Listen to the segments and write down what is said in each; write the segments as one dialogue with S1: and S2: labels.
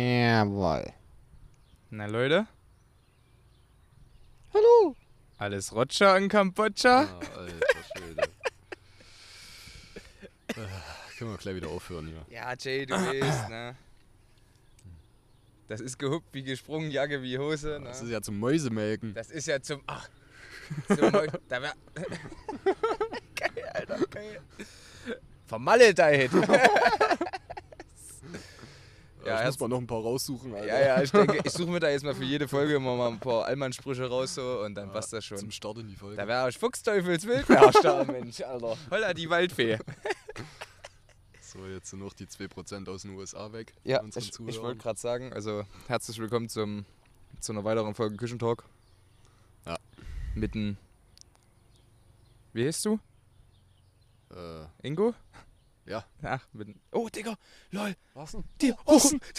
S1: Jawohl.
S2: Na Leute,
S1: Hallo.
S2: alles Rotscher in Kambodscha?
S3: Ah, alter Schwede. Äh, Können wir gleich wieder aufhören hier.
S2: Ja, Jay, du weißt, ne? Das ist gehuckt wie gesprungen, Jacke wie Hose. Ne?
S3: Das ist ja zum Mäusemelken.
S2: Das ist ja zum. Ach, zum Heu- da wär, geil, Alter, geil. Vermaledeit. ja,
S3: ich
S2: erst-
S3: muss mal noch ein paar raussuchen, Alter.
S2: ja, ja, ich denke, ich suche mir da jetzt mal für jede Folge immer mal ein paar Allmannsprüche raus so und dann passt das schon.
S3: Ah, Zum Start in die Folge.
S2: Da wäre ich Fuchsteufelswild, wär ich da, Mensch, Alter. Holla, die Waldfee.
S3: So, jetzt sind noch die 2% aus den USA weg.
S2: Ja,
S3: von unseren
S2: ich, ich
S3: Zuhörern.
S2: wollte gerade sagen, also herzlich willkommen zum, zu einer weiteren Folge Küchentalk.
S3: Ja.
S2: Mitten. Wie heißt du?
S3: Äh,
S2: Ingo?
S3: Ja.
S2: Ach, mitten. Oh, Digga, lol.
S3: was denn?
S2: Die Hosen.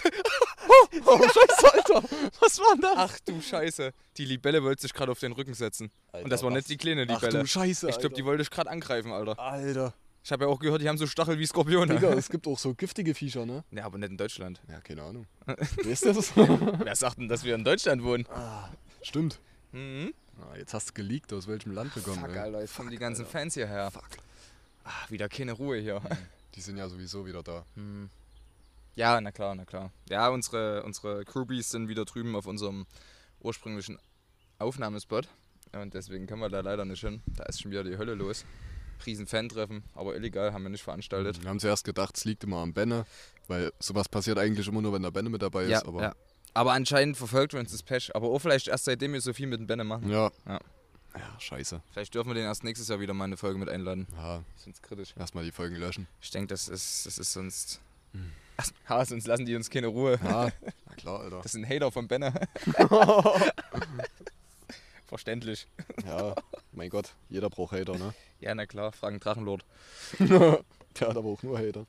S3: Oh, Scheiße, Alter! Was war denn das?
S2: Ach du Scheiße. Die Libelle wollte sich gerade auf den Rücken setzen.
S3: Alter,
S2: Und das war
S3: was?
S2: nicht die kleine
S3: Ach
S2: Libelle.
S3: du Scheiße,
S2: ich glaube, die
S3: Alter.
S2: wollte ich gerade angreifen, Alter.
S3: Alter.
S2: Ich habe ja auch gehört, die haben so Stachel wie Skorpione.
S3: Digga, es gibt auch so giftige Viecher, ne?
S2: Ja, aber nicht in Deutschland.
S3: Ja, keine Ahnung. Wer ist das?
S2: Wer sagt denn, dass wir in Deutschland wohnen?
S3: Stimmt.
S2: Mhm.
S3: Ah, jetzt hast du geleakt, aus welchem Land du kommst.
S2: Fuck, Alter, jetzt kommen die ganzen Fans hierher. Fuck. Ah, wieder keine Ruhe hier.
S3: Die sind ja sowieso wieder da.
S2: Ja, na klar, na klar. Ja, unsere, unsere Crewbies sind wieder drüben auf unserem ursprünglichen Aufnahmespot. Und deswegen können wir da leider nicht hin. Da ist schon wieder die Hölle los. Riesen Fan-Treffen, aber illegal haben wir nicht veranstaltet.
S3: Wir haben zuerst gedacht, es liegt immer am Benne, weil sowas passiert eigentlich immer nur, wenn der Benne mit dabei ist. aber
S2: ja. aber anscheinend verfolgt uns das Pech. Aber auch vielleicht erst seitdem wir so viel mit dem Benne machen.
S3: Ja.
S2: Ja.
S3: Ja, scheiße.
S2: Vielleicht dürfen wir den erst nächstes Jahr wieder mal in eine Folge mit einladen.
S3: Ja,
S2: Sonst kritisch.
S3: erstmal die Folgen löschen.
S2: Ich denke, das ist, das ist sonst. Ach, ha, sonst lassen die uns keine Ruhe.
S3: Hm. Ja, Ah, na klar, Alter.
S2: Das sind Hater von Benner. Verständlich.
S3: Ja, mein Gott, jeder braucht Hater, ne?
S2: Ja, na klar, fragen Drachenlord.
S3: Der hat aber auch nur Hater.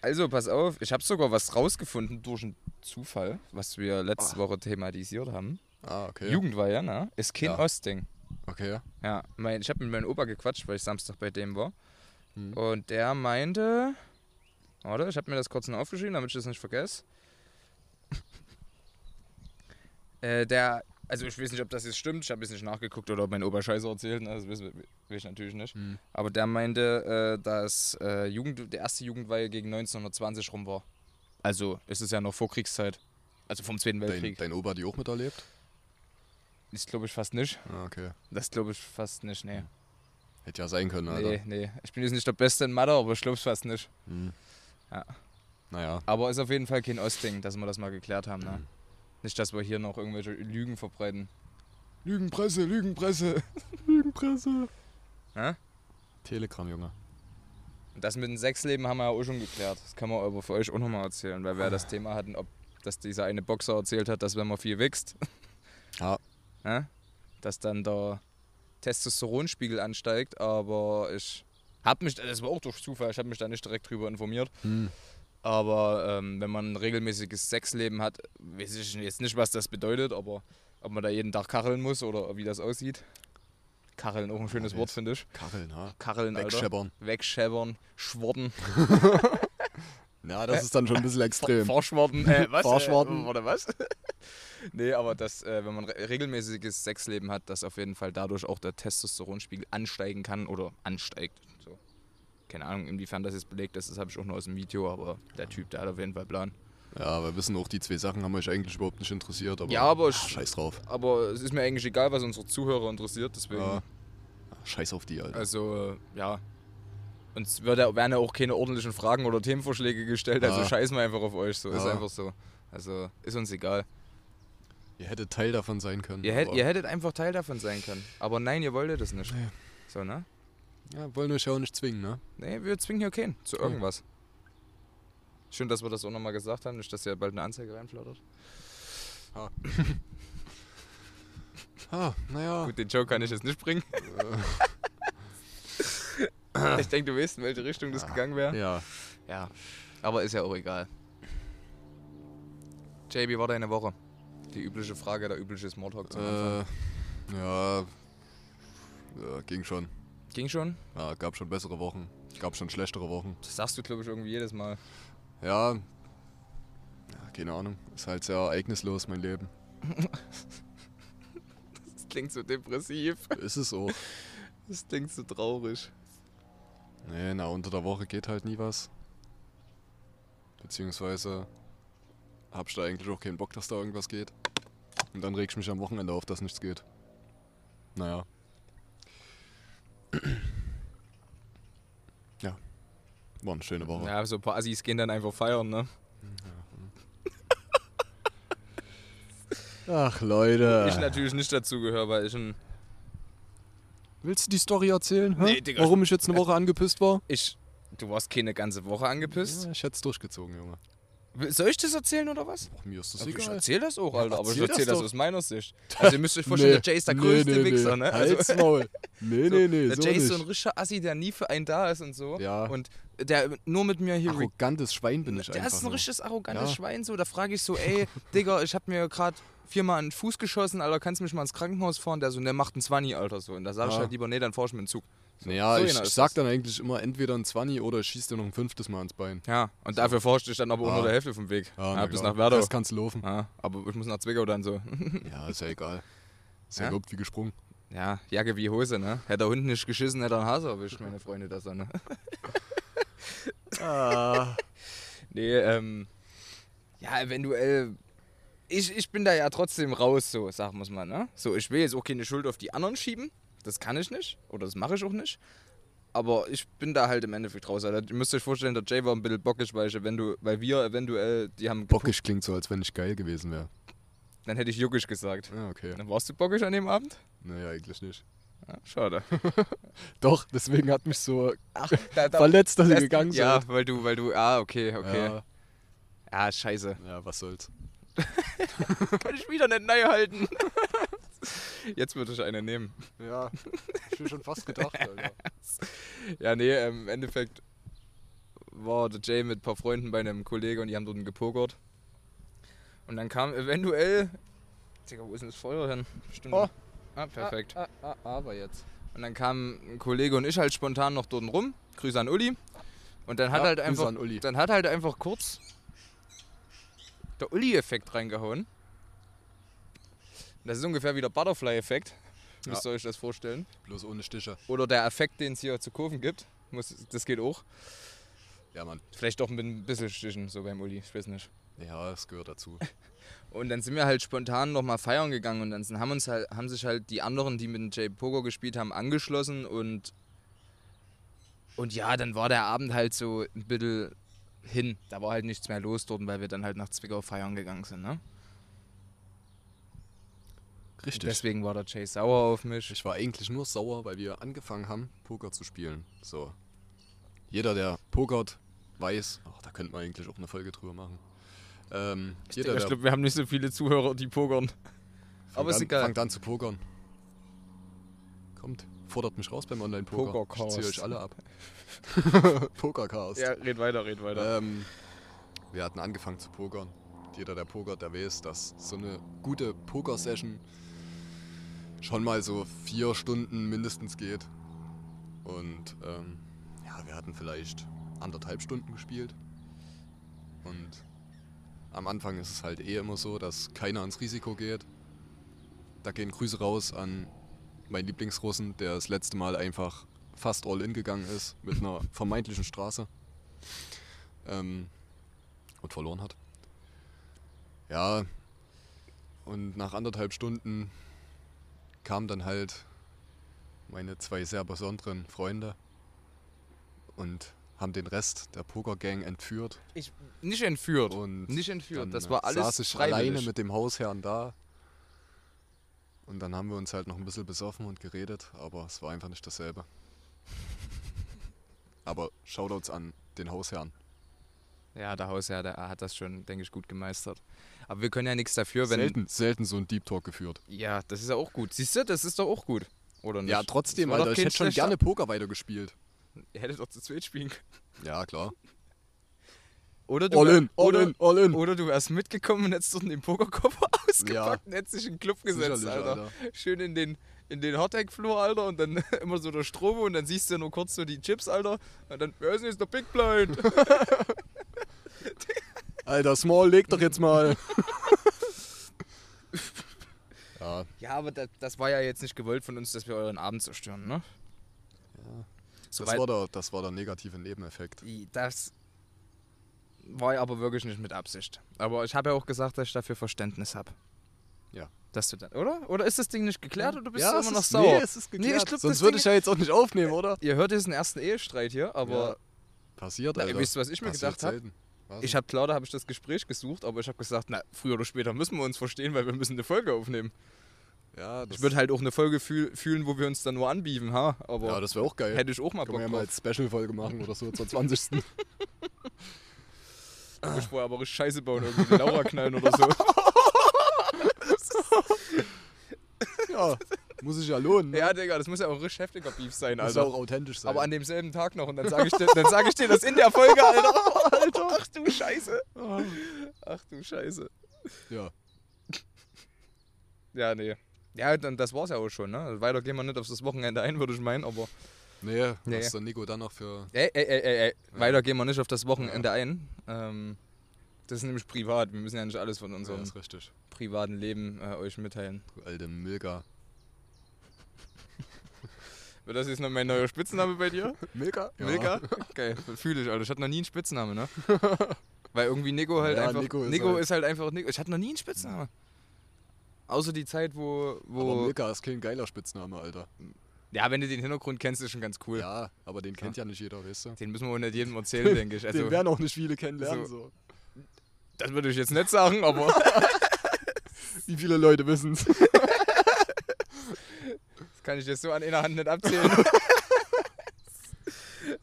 S2: Also, pass auf, ich habe sogar was rausgefunden durch einen Zufall, was wir letzte Woche thematisiert haben.
S3: Ah, okay.
S2: Jugendweihe, ne? Ist kein
S3: Ja.
S2: Ostding.
S3: Okay, ja.
S2: Ja, mein, ich habe mit meinem Opa gequatscht, weil ich Samstag bei dem war.
S3: Mhm.
S2: Und der meinte. Warte, ich habe mir das kurz noch aufgeschrieben, damit ich das nicht vergesse. äh, der. Also, ich weiß nicht, ob das jetzt stimmt. Ich habe jetzt nicht nachgeguckt oder ob mein Opa Scheiße erzählt. ne, Das weiß, weiß ich natürlich nicht.
S3: Mhm.
S2: Aber der meinte, äh, dass äh, Jugend, der erste Jugendweihe gegen 1920 rum war. Also, ist es ja noch Vorkriegszeit. Also vom Zweiten
S3: Dein,
S2: Weltkrieg.
S3: dein Opa hat die auch miterlebt?
S2: Ist, glaube ich, fast nicht.
S3: Ah, okay.
S2: Das glaube ich fast nicht, nee.
S3: Hätte ja sein können, Alter.
S2: Nee, nee. Ich bin jetzt nicht der Beste in Mathe, aber ich glaube es fast nicht.
S3: Hm.
S2: Ja.
S3: Naja,
S2: Aber ist auf jeden Fall kein Ostding, dass wir das mal geklärt haben. Ne? Nicht, dass wir hier noch irgendwelche Lügen verbreiten.
S3: Lügenpresse, Lügenpresse, Lügenpresse.
S2: Hä?
S3: Telegram, Junge.
S2: Und das mit den Sexleben haben wir ja auch schon geklärt. Das kann man aber für euch auch nochmal erzählen, weil wir ja
S3: Ah.
S2: das Thema hatten, ob dass dieser eine Boxer erzählt hat, dass wenn man viel wächst,
S3: Ja.
S2: ne? dass dann der Testosteronspiegel ansteigt. Aber ich habe mich, das war auch durch Zufall, ich habe mich da nicht direkt drüber informiert.
S3: Hm.
S2: Aber ähm, wenn man ein regelmäßiges Sexleben hat, weiß ich jetzt nicht, was das bedeutet, aber ob man da jeden Tag kacheln muss oder wie das aussieht. Kacheln, auch ein schönes
S3: Ja,
S2: Wort, finde ich.
S3: Kacheln, ha?
S2: Kacheln, Alter.
S3: Wegscheppern.
S2: Wegscheppern, schworten,
S3: Ja, das ist dann schon ein bisschen extrem.
S2: Vorschworten, äh, was?
S3: Vorschworten.
S2: Äh, oder was? nee, aber das, äh, wenn man re regelmäßiges Sexleben hat, dass auf jeden Fall dadurch auch der Testosteronspiegel ansteigen kann oder ansteigt. So. Keine Ahnung, inwiefern das jetzt belegt ist, das habe ich auch nur aus dem Video, aber der Typ, der hat auf jeden Fall Plan.
S3: Ja, wir wissen auch, die zwei Sachen haben euch eigentlich überhaupt nicht interessiert, aber.
S2: Ja, aber
S3: Ach,
S2: ich,
S3: Ah, Scheiß drauf.
S2: Aber es ist mir eigentlich egal, was unsere Zuhörer interessiert, deswegen.
S3: Ja. Ah. Scheiß auf die, Alter.
S2: Also, äh, ja. Uns wird ja- werden ja auch keine ordentlichen Fragen oder Themenvorschläge gestellt, also
S3: Ja.
S2: scheißen wir einfach auf euch, so ist
S3: Ja.
S2: einfach so. Also, ist uns egal.
S3: Mhm. Ihr hättet Teil davon sein können.
S2: Ihr, hätt,
S3: aber-
S2: ihr hättet einfach Teil davon sein können. Aber nein, ihr wolltet es nicht.
S3: Nee.
S2: So, ne?
S3: Ja, wollen euch ja auch nicht zwingen, ne?
S2: Nee, wir zwingen hier keinen zu irgendwas. Schön, dass wir das auch nochmal gesagt haben, nicht, dass ihr bald eine Anzeige reinflattert.
S3: Ah, naja.
S2: Gut, den Joke kann ich jetzt nicht bringen. ich denke, du weißt, in welche Richtung
S3: Ah.
S2: das gegangen wäre.
S3: Ja.
S2: Ja, aber ist ja auch egal. JB, wie war deine Woche? Die übliche Frage, der übliche Smalltalk zum Anfang.
S3: Äh, ja. Ja, ging schon.
S2: Äh, Ging schon?
S3: Ja, gab schon bessere Wochen. Gab schon schlechtere Wochen.
S2: Das sagst du, glaube ich, irgendwie jedes Mal.
S3: Ja. ja Keine Ahnung. Ist halt sehr ereignislos, mein Leben.
S2: Das klingt so depressiv.
S3: Ist es auch.
S2: Das klingt so traurig.
S3: Nee, na, unter der Woche geht halt nie was. Beziehungsweise hab ich da eigentlich auch keinen Bock, dass da irgendwas geht. Und dann reg ich mich am Wochenende auf, dass nichts geht. Naja. Ja. War eine schöne Woche.
S2: Ja, so ein paar Assis gehen dann einfach feiern, ne?
S3: Ach, Leute.
S2: Ich natürlich nicht dazugehöre, weil ich ein.
S3: Willst du die Story erzählen? Hä?
S2: Nee, Digga.
S3: Warum ich jetzt eine Woche angepisst war?
S2: Ich. Du warst keine ganze Woche angepisst.
S3: Ja, ich hätt's durchgezogen, Junge.
S2: Soll ich das erzählen oder was?
S3: Boah, mir ist das
S2: Aber ich
S3: egal.
S2: erzähl das auch, Alter. Aber ich
S3: erzähl das
S2: erzähl das,
S3: doch.
S2: aus meiner Sicht. Also ihr müsst euch vorstellen, der Jay ist der größte Wichser, ne? Also,
S3: Halt's Maul. Nee, nee, nee,
S2: der
S3: so
S2: Jay ist
S3: nicht.
S2: so ein richtiger Assi, der nie für einen da ist und so.
S3: Ja.
S2: Und der nur mit mir hier re-
S3: Arrogantes Schwein bin ich
S2: Der
S3: einfach
S2: ist ein
S3: nur.
S2: richtiges arrogantes
S3: Ja.
S2: Schwein, so. Da frage ich so, ey, Digga, ich hab mir gerade viermal einen Fuß geschossen, Alter, kannst du mich mal ins Krankenhaus fahren? Der so, ne, macht einen 20, Alter, so. Und da sage ich
S3: Ja.
S2: halt lieber, nee, dann fahr ich mit dem Zug.
S3: Naja,
S2: so
S3: ich,
S2: einer
S3: ich
S2: ist
S3: sag dann eigentlich immer entweder ein 20 oder ich schieß dir noch ein fünftes Mal ins Bein.
S2: Ja, und dafür forschte ich dann aber auch
S3: Ah.
S2: nur der Hälfte vom Weg. Ja,
S3: na
S2: bis
S3: klar.
S2: nach Werder.
S3: Das kannst du laufen.
S2: Ja, aber ich muss nach Zwickau dann so.
S3: Ja, ist ja egal. Ist ja,
S2: Ja?
S3: überhaupt wie gesprungen.
S2: Ja, Jacke wie Hose, ne? Hätte der Hund nicht geschissen, hätte er einen Hase erwischt, meine Freunde ne? der Sonne. Ah. Nee, ähm. Ja, eventuell. Ich, ich bin da ja trotzdem raus, so, sag muss mal, ne? So, ich will jetzt auch keine Schuld auf die anderen schieben. Das kann ich nicht. Oder das mache ich auch nicht. Aber ich bin da halt im Endeffekt raus. Alter. Ihr müsst euch vorstellen, der Jay war ein bisschen bockig, weil, ich eventu weil wir eventuell, die haben.
S3: Bockig klingt so, als wenn ich geil gewesen wäre.
S2: Dann hätte ich juckig gesagt.
S3: Ja, okay.
S2: Dann warst du bockig an dem Abend?
S3: Naja, eigentlich nicht.
S2: Ja, schade.
S3: Doch, deswegen hat mich so
S2: Ach, da, da,
S3: verletzt, dass ich
S2: das-
S3: gegangen sind.
S2: Ja, weil du, weil du. Ah, okay, okay.
S3: Ja,
S2: Ah, scheiße.
S3: ja, was soll's.
S2: Kann ich wieder nicht neu halten. Jetzt würde ich eine nehmen.
S3: Ja, ich bin schon fast gedacht, Alter.
S2: Ja, nee, ähm, im Endeffekt war der Jay mit ein paar Freunden bei einem Kollegen und die haben dort gepokert. Und dann kam eventuell. Digga, wo ist denn das Feuer hin? Bestimmt.
S3: Oh. ah,
S2: Ah, perfekt.
S3: aber jetzt.
S2: Und dann kam ein Kollege und ich halt spontan noch dort rum. Grüße an Uli. Und dann hat
S3: Ja,
S2: halt
S3: Grüße
S2: einfach.
S3: an Uli.
S2: Dann hat halt einfach kurz der Uli-Effekt reingehauen. Das ist ungefähr wie der Butterfly-Effekt.
S3: Ja.
S2: Müsst ihr euch das vorstellen.
S3: Bloß ohne Stiche.
S2: Oder der Effekt, den es hier zu Kurven gibt. Muss, das geht auch.
S3: Ja, Mann.
S2: Vielleicht doch mit ein bisschen Stichen, so beim Uli, ich weiß nicht.
S3: Ja, es gehört dazu.
S2: Und dann sind wir halt spontan nochmal feiern gegangen und dann sind, haben, uns halt, haben sich halt die anderen, die mit dem Jay Pogo gespielt haben, angeschlossen und. Und ja, dann war der Abend halt so ein bisschen hin. Da war halt nichts mehr los dort, weil wir dann halt nach Zwickau feiern gegangen sind, ne? Und
S3: Richtig.
S2: Deswegen war der Jay sauer auf mich.
S3: Ich war eigentlich nur sauer, weil wir angefangen haben, Poker zu spielen. So. Jeder, der pokert, weiß, ach, da könnte man eigentlich auch eine Folge drüber machen. Ähm, jeder,
S2: Digga, ich
S3: der
S2: glaube, wir haben nicht so viele Zuhörer, die pokern. Aber
S3: fangt
S2: ist
S3: an,
S2: egal.
S3: fangt an zu pokern. Kommt, fordert mich raus beim Online-Poker. Ich
S2: Pokercast.
S3: ziehe euch alle ab. Pokercast.
S2: red weiter, red weiter.
S3: Ähm, wir hatten angefangen zu pokern. Jeder, der pokert, der weiß, dass so eine gute Poker-Session schon mal so vier Stunden mindestens geht. Und ähm, ja, wir hatten vielleicht anderthalb Stunden gespielt. Und am Anfang ist es halt eh immer so, dass keiner ans Risiko geht. Da gehen Grüße raus an meinen Lieblingsrussen, der das letzte Mal einfach fast all in gegangen ist mit einer vermeintlichen Straße ähm, und verloren hat. Ja, und nach anderthalb Stunden kamen dann halt meine zwei sehr besonderen Freunde und haben den Rest der Pokergang entführt.
S2: ich, nicht entführt.
S3: Und
S2: nicht entführt.
S3: dann äh,
S2: Das war alles
S3: saß ich
S2: freiwillig.
S3: alleine mit dem Hausherrn da. Und dann haben wir uns halt noch ein bisschen besoffen und geredet, aber es war einfach nicht dasselbe. aber Shoutouts an den Hausherrn.
S2: Ja, der Hausherr, der hat das schon, denke ich, gut gemeistert. Aber wir können ja nichts dafür, wenn.
S3: Selten, selten so ein Deep Talk geführt.
S2: Ja, das ist ja auch gut. Siehst du, das ist doch auch gut. Oder nicht?
S3: Ja, trotzdem,
S2: Das war
S3: Alter,
S2: doch
S3: ich
S2: kein
S3: hätte schon
S2: schlechter-
S3: gerne Poker weitergespielt.
S2: Ihr hättet doch zu zweit spielen können.
S3: Ja, klar.
S2: Oder
S3: All
S2: wär-
S3: in, all
S2: oder,
S3: in, all in.
S2: Oder du wärst mitgekommen und hättest doch den Pokerkoffer ausgepackt und hättest dich in den Club gesetzt,
S3: Sicherlich,
S2: Alter.
S3: Alter.
S2: Schön in den, in den Hotdog-Flur, Alter, und dann immer so der Strom und dann siehst du nur kurz so die Chips, Alter. Und dann, wer ist denn jetzt der Big Blind?
S3: Alter, Small, leg doch jetzt mal. ja,
S2: Ja, aber das, das war ja jetzt nicht gewollt von uns, dass wir euren Abend zerstören, ne?
S3: das
S2: Soweit-
S3: war, der, das war der negative Nebeneffekt.
S2: I- Das war ja aber wirklich nicht mit Absicht. Aber ich habe ja auch gesagt, dass ich dafür Verständnis habe.
S3: Ja.
S2: Dass du dann, oder? Oder ist das Ding nicht geklärt oder bist
S3: ja,
S2: du
S3: es
S2: immer noch
S3: ist,
S2: sauer?
S3: Nee, es ist
S2: Nee, ich
S3: geklärt.
S2: glaub, das
S3: Sonst würde
S2: Ding-
S3: ich ja jetzt auch nicht aufnehmen, oder?
S2: Ihr hört diesen ersten Ehestreit hier,
S3: also-
S2: aber
S3: Passiert,
S2: Na,
S3: Alter.
S2: wisst ihr, was ich mir
S3: Passiert
S2: gedacht hab?
S3: selten. Was?
S2: ich habe klar, da habe ich das Gespräch gesucht, aber ich habe gesagt, na, früher oder später müssen wir uns verstehen, weil wir müssen eine Folge aufnehmen.
S3: ja, das,
S2: Ich würde halt auch eine Folge fühl fühlen, wo wir uns dann nur anbieben, ha? Aber
S3: ja, das wäre auch geil.
S2: hätte ich auch mal
S3: Können
S2: Bock
S3: wir ja
S2: drauf.
S3: mal als Special-Folge machen oder so zur 20.
S2: Ich wollte aber richtig Scheiße bauen, irgendwie die Laura knallen oder so.
S3: ja, muss sich ja lohnen. Ne?
S2: ja, Digga, das muss ja auch richtig heftiger Beef sein,
S3: muss ja
S2: Alter.
S3: auch authentisch sein.
S2: Aber an demselben Tag noch und dann sage ich, dir- dann sag ich dir das in der Folge, Alter. Ach du Scheiße. Ach du Scheiße.
S3: ja.
S2: Ja, nee. Ja, dann das war's ja auch schon, ne? Weiter gehen wir nicht aufs Wochenende ein, würde ich meinen, aber.
S3: Nee,
S2: Nee.
S3: was der Nico dann noch für.
S2: Ey, ey, ey, ey, ey. Weiter gehen wir nicht auf das Wochenende ein. Ähm, das ist nämlich privat. Wir müssen ja nicht alles von
S3: So ja,
S2: unserem
S3: ist richtig.
S2: privaten Leben äh, euch mitteilen.
S3: Du alte Milka.
S2: Wird das jetzt noch mein neuer Spitzname bei dir?
S3: Milka? Ja.
S2: Milka? Geil, fühle ich, Alter. Ich hatte noch nie einen Spitznamen, ne? Weil irgendwie Nico halt
S3: Ja,
S2: einfach. Nico,
S3: Nico
S2: ist, Nico halt ist
S3: ist halt-
S2: halt einfach Nico. Ich hatte noch nie einen Spitznamen. Außer die Zeit, wo.
S3: Aber
S2: wo
S3: Milka ist kein geiler Spitzname, Alter.
S2: ja, wenn du den Hintergrund kennst, ist schon ganz cool.
S3: Ja, aber den kennt ja nicht jeder, weißt du?
S2: Den müssen wir auch nicht jedem erzählen, denke ich. Also,
S3: den werden auch nicht viele kennenlernen. So.
S2: das würde ich jetzt nicht sagen, aber
S3: Wie viele Leute wissen es?
S2: das kann ich jetzt so an einer Hand nicht abzählen.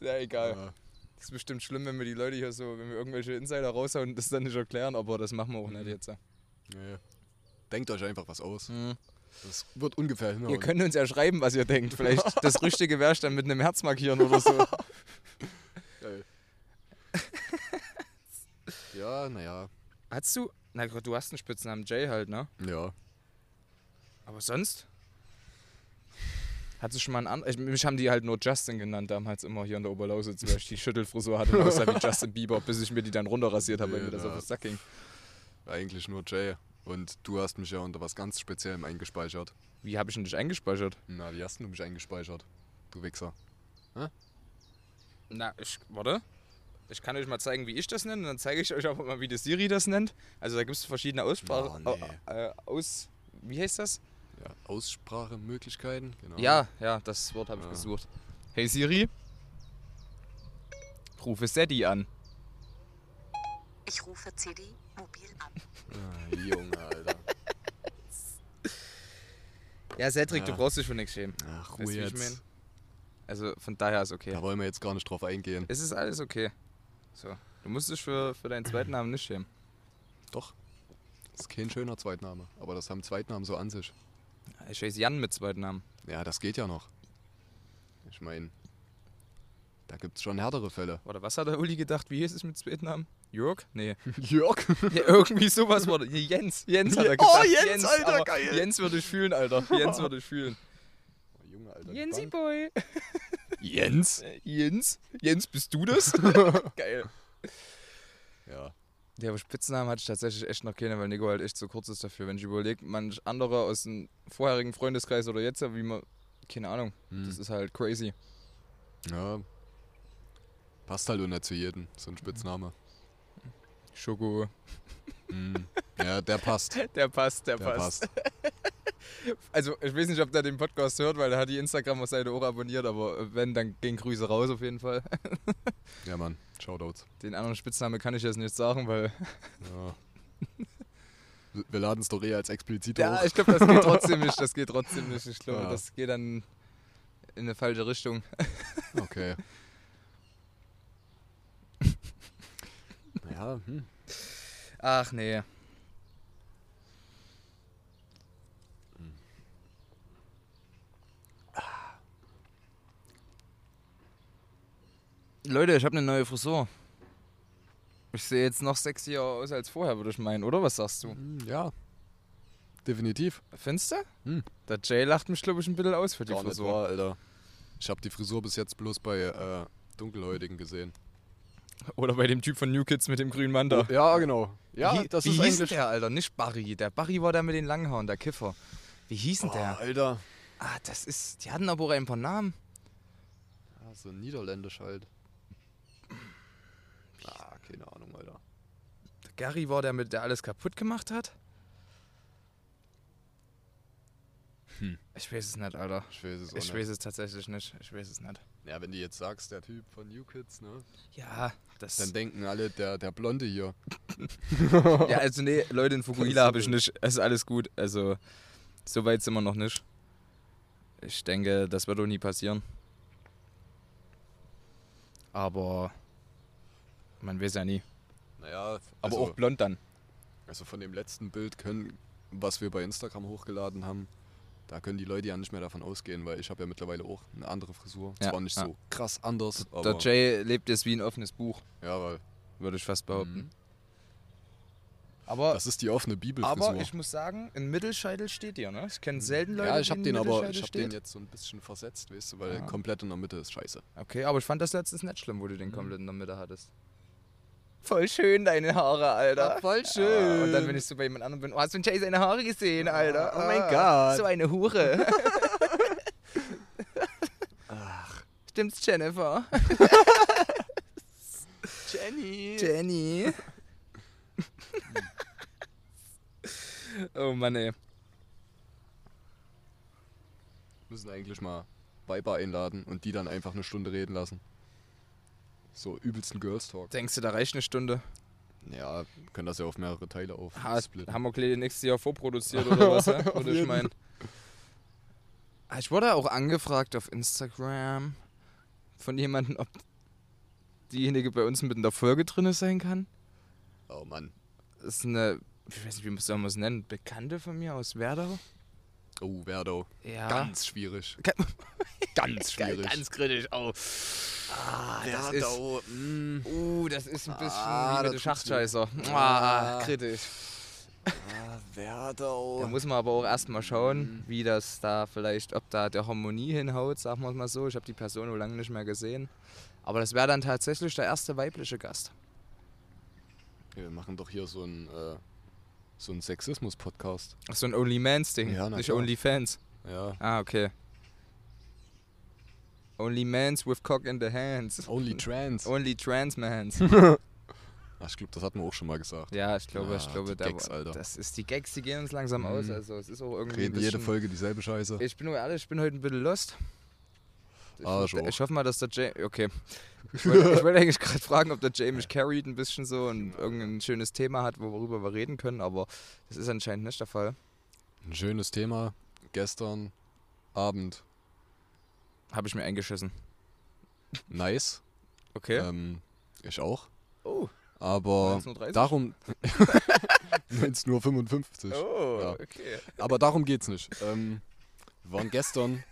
S2: ja, egal.
S3: Ja.
S2: Das ist bestimmt schlimm, wenn wir die Leute hier so, wenn wir irgendwelche Insider raushauen und das dann nicht erklären, aber das machen wir auch nicht jetzt.
S3: Nee. Denkt euch einfach was aus. Das wird ungefähr hinhauen.
S2: Ihr könnt uns ja schreiben, was ihr denkt. Vielleicht das Richtige wäre ich dann mit einem Herz markieren oder so.
S3: Geil. ja, naja.
S2: Hast du. Na gut, du hast einen Spitznamen Jay halt, ne?
S3: Ja.
S2: Aber sonst? Hattest du schon mal einen anderen? Mich haben die halt nur Justin genannt damals immer hier in der Oberlausitz, weil ich die Schüttelfrisur hatte und aussah wie Justin Bieber, bis ich mir die dann runterrasiert habe, weil mir das
S3: Ja.
S2: auf den Sack ging.
S3: Eigentlich nur Jay. Und du hast mich ja unter was ganz Speziellem eingespeichert.
S2: Wie habe ich denn dich eingespeichert?
S3: Na, wie hast denn du mich eingespeichert? Du Wichser.
S2: Na, ich. Warte. Ich kann euch mal zeigen, wie ich das nenne, und dann zeige ich euch auch mal, wie die Siri das nennt. Also da gibt es verschiedene Aussprachen.
S3: Oh, nee.
S2: äh, aus. Wie heißt das?
S3: Ja, Aussprachemöglichkeiten, genau.
S2: Ja, ja, das Wort habe ich
S3: Ja.
S2: gesucht. Hey Siri, rufe Sadie an.
S1: Ich rufe CD mobil an.
S3: Ah, Junge, Alter.
S2: Ja, Cedric,
S3: Ja.
S2: du brauchst dich für nichts schämen.
S3: Ach,
S2: Weißt du,
S3: Ruhe
S2: wie ich
S3: jetzt.
S2: mein? Also von daher ist okay.
S3: Da wollen wir jetzt gar nicht drauf eingehen.
S2: Es ist alles okay. So, du musst dich für, für deinen zweiten Namen nicht schämen.
S3: Doch. Ist kein schöner Zweitname. Aber das haben Zweitnamen so an sich.
S2: Ich heiße Jan mit zweiten Namen.
S3: Ja, das geht ja noch. Ich meine, da gibt's schon härtere Fälle.
S2: Oder was hat der Uli gedacht? Wie hieß es mit zweiten Namen? Jörg? Nee.
S3: Jörg?
S2: Ja, irgendwie sowas wurde. Nee, Jens. Jens hat er
S3: Oh,
S2: gedacht.
S3: Jens, Alter,
S2: aber
S3: geil.
S2: Jens würde ich fühlen, Alter. Jens würde ich fühlen.
S3: Junge, Alter. die
S2: Jensi
S3: Bank.
S2: Boy.
S3: Jens?
S2: Äh, Jens? Jens, bist du das? Geil.
S3: Ja.
S2: Ja, aber Spitznamen hatte ich tatsächlich echt noch keine, weil Nico halt echt zu kurz ist dafür. Wenn ich überlege, manch andere aus dem vorherigen Freundeskreis oder jetzt, wie man. Keine Ahnung.
S3: Hm.
S2: Das ist halt crazy.
S3: Ja. Passt halt auch nicht zu jedem, so ein Spitzname.
S2: Schoko.
S3: Mhm. Ja, der passt.
S2: Der passt, der,
S3: Der
S2: passt.
S3: passt.
S2: Also, ich weiß nicht, ob der den Podcast hört, weil er hat die Instagram-Seite auch abonniert, aber äh, wenn, dann gehen Grüße raus auf jeden Fall.
S3: Ja, Mann. Shoutouts.
S2: Den anderen Spitznamen kann ich jetzt nicht sagen, weil.
S3: Ja. Wir laden es doch eher als explizit
S2: Ja,
S3: hoch.
S2: ich glaube, das geht trotzdem nicht. Das geht trotzdem nicht. Ich glaube,
S3: Ja.
S2: das geht dann in eine falsche Richtung.
S3: Okay. ja, hm.
S2: Ach nee. Leute, ich habe eine neue Frisur. Ich sehe jetzt noch sexier aus als vorher, würde ich meinen, oder? Was sagst du?
S3: ja. Definitiv.
S2: Findest du?
S3: Hm.
S2: Der Jay lacht mich, glaube ich, ein bisschen aus für die
S3: Gar nicht
S2: Frisur.
S3: wahr, Alter. Ich habe die Frisur bis jetzt bloß bei äh, Dunkelhäutigen gesehen.
S2: Oder bei dem Typ von New Kids mit dem grünen Mann da.
S3: Ja, genau. Ja,
S2: wie,
S3: das
S2: wie
S3: ist
S2: hieß
S3: eigentlich.
S2: der, Alter? Nicht Barry. Der Barry war der mit den langen Haaren, der Kiffer. Wie hieß denn
S3: Oh,
S2: der?
S3: Alter.
S2: Ah, das ist. Die hatten aber auch ein paar Namen.
S3: Ja, so niederländisch halt. Ah, keine Ahnung, Alter.
S2: Der Gary war der mit, der alles kaputt gemacht hat. Ich weiß es nicht, Alter.
S3: Ich weiß es auch
S2: Ich
S3: Hm. nicht.
S2: weiß es tatsächlich nicht. Ich weiß es nicht.
S3: Ja, wenn du jetzt sagst, der Typ von New Kids, ne?
S2: Ja, das.
S3: Dann denken alle, der, der Blonde hier.
S2: ja, also nee, Leute in Fukuhila
S3: Das-
S2: habe ich nicht. Es ist alles gut. Also, so weit sind wir noch nicht. Ich denke, das wird auch nie passieren. Aber man weiß ja nie.
S3: Naja,
S2: Aber
S3: also,
S2: auch blond dann.
S3: Also von dem letzten Bild können, was wir bei Instagram hochgeladen haben, da können die Leute ja nicht mehr davon ausgehen, weil ich habe ja mittlerweile auch eine andere Frisur.
S2: Ja,
S3: Zwar nicht
S2: ja.
S3: so krass anders, aber
S2: Der Jay lebt jetzt wie ein offenes Buch,
S3: ja, weil
S2: würde ich fast behaupten.
S3: Mhm.
S2: Aber
S3: das ist die offene Bibelfrisur.
S2: Aber ich muss sagen, ein Mittelscheitel steht dir, ne? Ich kenne selten Leute,
S3: Mhm. ja, ich
S2: die
S3: habe
S2: ein
S3: den aber
S2: Mittelscheitel
S3: ich hab den
S2: steht.
S3: jetzt so ein bisschen versetzt, weißt du, weil
S2: Ah.
S3: komplett in der Mitte ist scheiße.
S2: Okay, aber ich fand das letztens nicht schlimm, wo du
S3: Mhm.
S2: den komplett in der Mitte hattest. Voll schön, deine Haare, Alter.
S3: Ah, voll
S2: Ja, Äh, und dann, wenn
S3: schön.
S2: ich so bei jemand anderem bin, oh, hast du Jay seine Haare gesehen, Alter?
S3: oh mein
S2: Ah,
S3: Gott.
S2: So eine Hure. Ach. Stimmt's, Jennifer?
S3: Jenny!
S2: Jenny. oh Mann, ey.
S3: müssen eigentlich mal Viber einladen und die dann einfach eine Stunde reden lassen. So übelsten Girls Talk.
S2: Denkst du, da reicht eine Stunde?
S3: Ja, wir können das ja auf mehrere Teile auf
S2: Ha,
S3: splitten.
S2: haben wir gleich nächstes Jahr vorproduziert oder was, hä?
S3: Auf
S2: oder ich
S3: jeden.
S2: meine. Ah, Ich wurde auch angefragt auf Instagram von jemandem, ob diejenige bei uns mit in der Folge drin sein kann.
S3: Oh Mann.
S2: Das ist eine, ich weiß nicht, wie soll man es nennen, Bekannte von mir aus Werdau.
S3: Oh, Werdo.
S2: Ja.
S3: Ganz schwierig.
S2: Ga-
S3: Ganz
S2: Geil,
S3: schwierig.
S2: ganz kritisch. Oh. Ah, das ist,
S3: mm,
S2: uh, das ist ein bisschen
S3: Ah,
S2: wie
S3: da
S2: mit dem
S3: tut's
S2: Schachscheißer. Ah,
S3: Ah.
S2: kritisch.
S3: ah, Werdau.
S2: Da muss man aber auch erstmal
S3: Mhm.
S2: schauen, wie das da vielleicht, ob da der Harmonie hinhaut, sagen wir es mal so. Ich habe die Person auch lange nicht mehr gesehen. Aber das wäre dann tatsächlich der erste weibliche Gast.
S3: Wir machen doch hier so einen, äh, so einen Sexismus-Podcast.
S2: Ach, so ein Only-Mans-Ding,
S3: Ja, na
S2: nicht
S3: klar.
S2: Only-Fans.
S3: Ja.
S2: Ah, okay. Only-Mans with cock in the hands.
S3: Only Trans.
S2: Only trans-mans.
S3: Ach, ich glaube, das hatten wir auch schon mal gesagt.
S2: ja, ich glaube, ich
S3: Ja,
S2: glaube,
S3: Ah, die
S2: der
S3: Gags, Alter. Mhm.
S2: das ist die Gags, die gehen uns langsam aus. Also es ist auch irgendwie ein
S3: Reden jede
S2: bisschen-
S3: Folge dieselbe Scheiße.
S2: Ich bin nur ehrlich, ich bin heute ein bisschen lost. Ich,
S3: Ah,
S2: hoffe-
S3: schon.
S2: ich hoffe mal, dass der James. Okay. Ich wollte, ich wollte eigentlich gerade fragen, ob der James carried ein bisschen so und irgendein schönes Thema hat, worüber wir reden können, aber das ist anscheinend nicht der Fall.
S3: Ein schönes Thema. Gestern Abend.
S2: Habe ich mir eingeschissen.
S3: Nice.
S2: Okay.
S3: Ähm, ich auch.
S2: oh,
S3: Aber
S2: 19.30?
S3: darum. 19.55 Uhr.
S2: oh,
S3: ja.
S2: okay.
S3: Aber darum geht's nicht. Ähm, wir waren gestern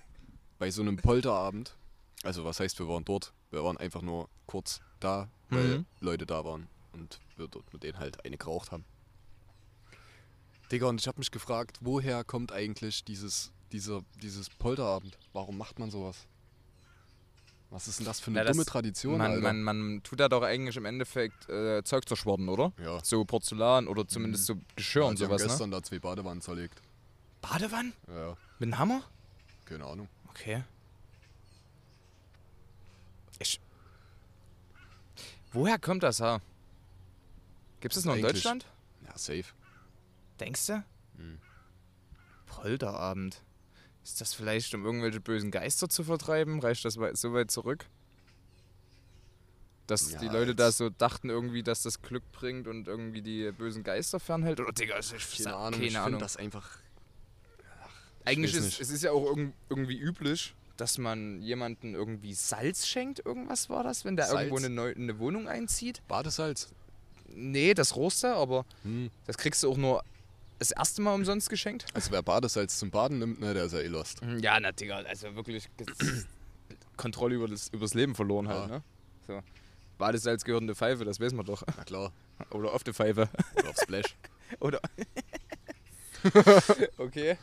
S3: bei so einem Polterabend. Also was heißt, wir waren dort? Wir waren einfach nur kurz da, weil
S2: Mhm.
S3: Leute da waren und wir dort mit denen halt eine geraucht haben. Digga, und ich habe mich gefragt, woher kommt eigentlich dieses, dieser, dieses Polterabend? Warum macht man sowas? Was ist denn das für eine
S2: Na, das-
S3: dumme Tradition,
S2: Man,
S3: Alter?
S2: man, man tut da doch eigentlich im Endeffekt äh, Zeug zerschwadden, oder?
S3: Ja. Mhm.
S2: So Porzellan oder zumindest so Geschirr
S3: Ja,
S2: und
S3: die Also haben
S2: sowas, ne?
S3: gestern da zwei Badewannen zerlegt.
S2: Badewanne?
S3: Ja,
S2: Mit einem Hammer?
S3: keine Ahnung.
S2: Okay. Ich. Woher kommt das Haar? Gibt es noch in
S3: Eigentlich-
S2: Deutschland? Hm.
S3: Ja, safe.
S2: Denkst du? Polterabend. Ist das vielleicht, um irgendwelche bösen Geister zu vertreiben? Reicht das wei- so weit zurück? Dass
S3: Ja,
S2: die Leute da
S3: jetzt-
S2: so dachten irgendwie, dass das Glück bringt und irgendwie die bösen Geister fernhält? Oder Digga, ich
S3: Keine
S2: sag-
S3: Ahnung,
S2: keine
S3: ich
S2: Ahnung.
S3: finde das einfach
S2: Eigentlich
S3: weiß
S2: ist
S3: nicht.
S2: es ist ja auch irgend- irgendwie üblich, dass man jemanden irgendwie Salz schenkt. Irgendwas war das, wenn der
S3: Salz?
S2: irgendwo eine, neu, eine Wohnung einzieht.
S3: Badesalz.
S2: Nee, das Roster, aber
S3: Hm.
S2: das kriegst du auch nur das erste Mal umsonst geschenkt.
S3: Also wer Badesalz zum Baden nimmt, ne, der ist ja eh lost.
S2: Ja, na Digga, also wirklich ges- Kontrolle über das, übers Leben verloren halt,
S3: Ja.
S2: ne? So. Badesalz gehört in eine Pfeife, das wissen wir doch.
S3: Na klar.
S2: Oder auf die Pfeife.
S3: Oder auf Splash.
S2: Oder. okay.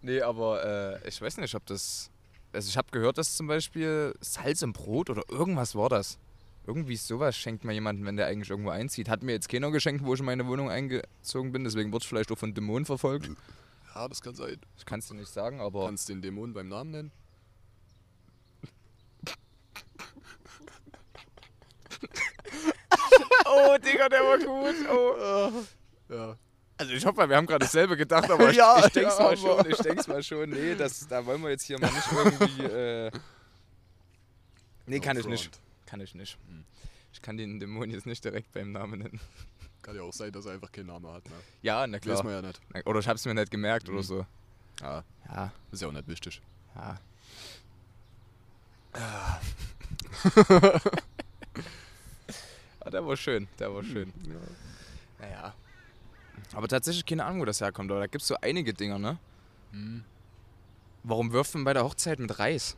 S2: Nee, aber äh, ich weiß nicht, ob das. Also ich habe gehört, dass zum Beispiel Salz im Brot oder irgendwas war das. Irgendwie sowas schenkt man jemanden, wenn der eigentlich irgendwo einzieht. Hat mir jetzt keiner geschenkt, wo ich in meine Wohnung eingezogen bin, deswegen wurde ich vielleicht auch von Dämonen verfolgt.
S3: Ja, das kann sein.
S2: Ich kann es dir nicht sagen, aber
S3: Kannst den Dämon beim Namen nennen?
S2: Oh, Digga, der war gut. Oh.
S3: Ja.
S2: Also ich hoffe, wir haben gerade dasselbe gedacht, aber ich,
S3: Ja,
S2: ich denk's
S3: ja,
S2: mal
S3: aber-
S2: schon, ich denk's mal schon. Nee, das, da wollen wir jetzt hier mal nicht irgendwie. Äh, nee, kann ich nicht. Kann ich nicht. Hm. Ich kann den Dämon jetzt nicht direkt beim Namen nennen.
S3: Kann ja auch sein, dass er einfach keinen Namen hat. Ne?
S2: Ja, na
S3: Weiß
S2: klar.
S3: man ja nicht.
S2: Na, Oder ich hab's mir nicht gemerkt
S3: Hm.
S2: oder so.
S3: Ja,
S2: Ja,
S3: ist ja auch nicht wichtig.
S2: ja. ah, der war schön, der war schön.
S3: Hm,
S2: Naja. Aber tatsächlich keine Ahnung, wo das herkommt, aber da gibt's so einige Dinger, ne?
S3: Hm.
S2: Warum wirft man bei der Hochzeit mit Reis?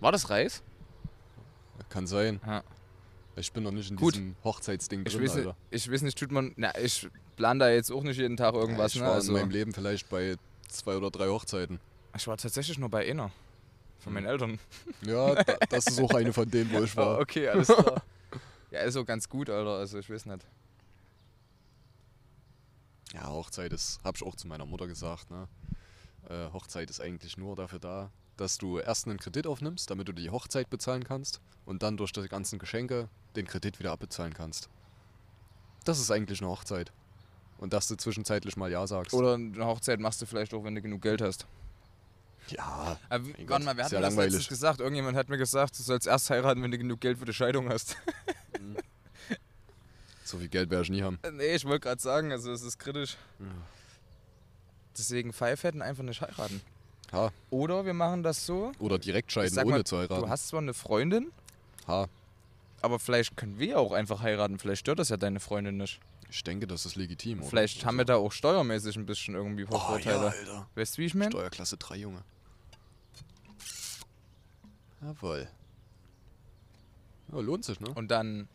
S2: War das Reis?
S3: Kann sein.
S2: Ja.
S3: Ich bin noch nicht in
S2: Gut.
S3: diesem Hochzeitsding
S2: Ich,
S3: drin,
S2: weiß, nicht-
S3: Alter.
S2: ich weiß nicht, tut man. Na, ich plan da jetzt auch nicht jeden Tag irgendwas,
S3: ich
S2: ne?
S3: war
S2: Also,
S3: in meinem Leben vielleicht bei zwei oder drei Hochzeiten.
S2: ich war tatsächlich nur bei einer. Von meinen Eltern.
S3: Ja, da, das ist auch eine von denen, wo ich
S2: Hm.
S3: war.
S2: Ah, okay, alles klar. ja, ist so ganz gut, Alter. Also, ich weiß nicht.
S3: Ja, Hochzeit ist, hab ich auch zu meiner Mutter gesagt, ne? Äh, Hochzeit ist eigentlich nur dafür da, dass du erst einen Kredit aufnimmst, damit du die Hochzeit bezahlen kannst und dann durch die ganzen Geschenke den Kredit wieder abbezahlen kannst. Das ist eigentlich eine Hochzeit. Und dass du zwischenzeitlich mal Ja sagst.
S2: Oder eine Hochzeit machst du vielleicht auch, wenn du genug Geld hast.
S3: Ja.
S2: Aber, wie-
S3: Mein
S2: Äh, warte
S3: Gott,
S2: mal, wer hat
S3: ist ja
S2: mir das
S3: langweilig.
S2: letztens gesagt? Irgendjemand hat mir gesagt, du sollst erst heiraten, wenn du genug Geld für die Scheidung hast.
S3: So viel Geld werde ich nie haben.
S2: Äh, nee, ich wollte gerade sagen, also, es ist kritisch. Deswegen Pfeifhetten einfach nicht heiraten.
S3: Ha.
S2: Oder wir machen das so.
S3: Oder direkt
S2: ich
S3: scheiden,
S2: sag
S3: ohne
S2: mal,
S3: zu heiraten.
S2: Du hast zwar eine Freundin,
S3: ha.
S2: aber vielleicht können wir auch einfach heiraten. Vielleicht stört das ja deine Freundin nicht.
S3: Ich denke, das ist legitim. Oder?
S2: Vielleicht haben wir da auch steuermäßig ein bisschen irgendwie
S3: oh, Ja,
S2: Vorteile.
S3: Alter.
S2: weißt du, wie ich meine?
S3: Steuerklasse 3, Junge. Jawohl. Ja, lohnt sich, ne?
S2: Und dann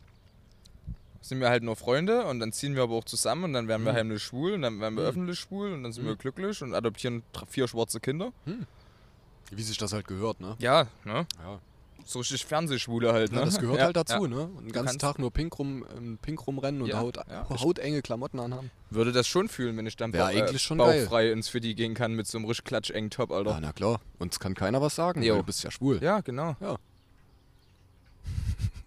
S2: sind wir halt nur Freunde und dann ziehen wir aber auch zusammen und dann werden
S3: Mhm.
S2: wir heimlich schwul und dann werden wir öffentlich schwul und dann sind wir glücklich und adoptieren dr- vier schwarze Kinder.
S3: Wie sich das halt gehört, ne?
S2: Ja, ne?
S3: Ja.
S2: So richtig Fernsehschwule halt, ne?
S3: das gehört
S2: ja,
S3: halt dazu,
S2: Ja.
S3: ne? Und den ganzen
S2: kannst-
S3: Tag nur pink, rum, ähm, pink rumrennen und
S2: Ja,
S3: haut,
S2: ja.
S3: hautenge Klamotten anhaben.
S2: Würde das schon fühlen, wenn ich dann
S3: Wär
S2: bau- äh,
S3: eigentlich schon geil.
S2: bauchfrei ins Fitti gehen kann mit so einem richtig klatschengen Top,
S3: Ja, ne.
S2: Alter.
S3: na klar. Uns kann keiner was sagen,
S2: Jo.
S3: weil du bist ja schwul.
S2: Ja, genau.
S3: Ja.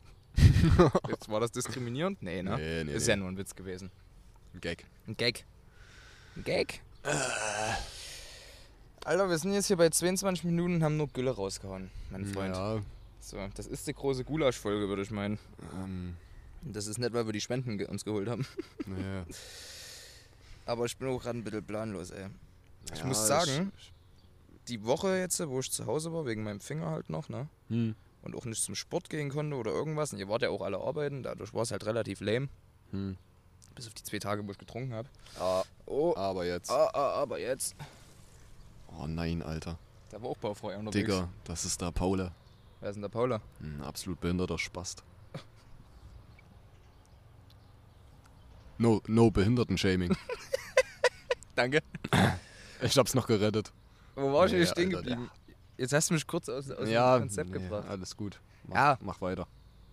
S2: Jetzt war das diskriminierend? Nee, ne?
S3: Nee, nee,
S2: Ist
S3: nee.
S2: ja nur ein Witz gewesen.
S3: Ein Gag.
S2: Ein Gag. Ein Gag? Äh. Alter, wir sind jetzt hier bei 22 Minuten und haben nur Gülle rausgehauen, mein Freund.
S3: Ja,
S2: So, das ist die große Gulasch-Folge, würde ich meinen.
S3: ähm,
S2: Das ist nicht, weil wir die Spenden ge uns geholt haben.
S3: nee.
S2: Aber ich bin auch gerade ein bisschen planlos, ey. Ich
S3: Ja,
S2: muss sagen, die Woche jetzt, wo ich zu Hause war, wegen meinem Finger halt noch, ne?
S3: Hm.
S2: Und auch nicht zum Sport gehen konnte oder irgendwas. Und ihr wart ja auch alle arbeiten, dadurch war es halt relativ lame.
S3: Hm.
S2: Bis auf die zwei Tage, wo ich getrunken habe.
S3: Ah,
S2: Oh,
S3: aber jetzt.
S2: ah, ah, aber jetzt.
S3: Oh nein, Alter.
S2: Da war auch Baufrei unterwegs.
S3: Digga, das ist da Paula.
S2: Wer ist denn der Paula?
S3: Ein Hm, absolut behinderter Spast. No, no Behinderten-Shaming.
S2: Danke.
S3: Ich hab's noch gerettet.
S2: Wo war ich
S3: Nee,
S2: hier stehen
S3: Alter,
S2: geblieben? Jetzt hast du mich kurz aus, aus
S3: ja,
S2: dem Konzept
S3: nee,
S2: gebracht.
S3: alles gut. Mach,
S2: Ja.
S3: mach weiter.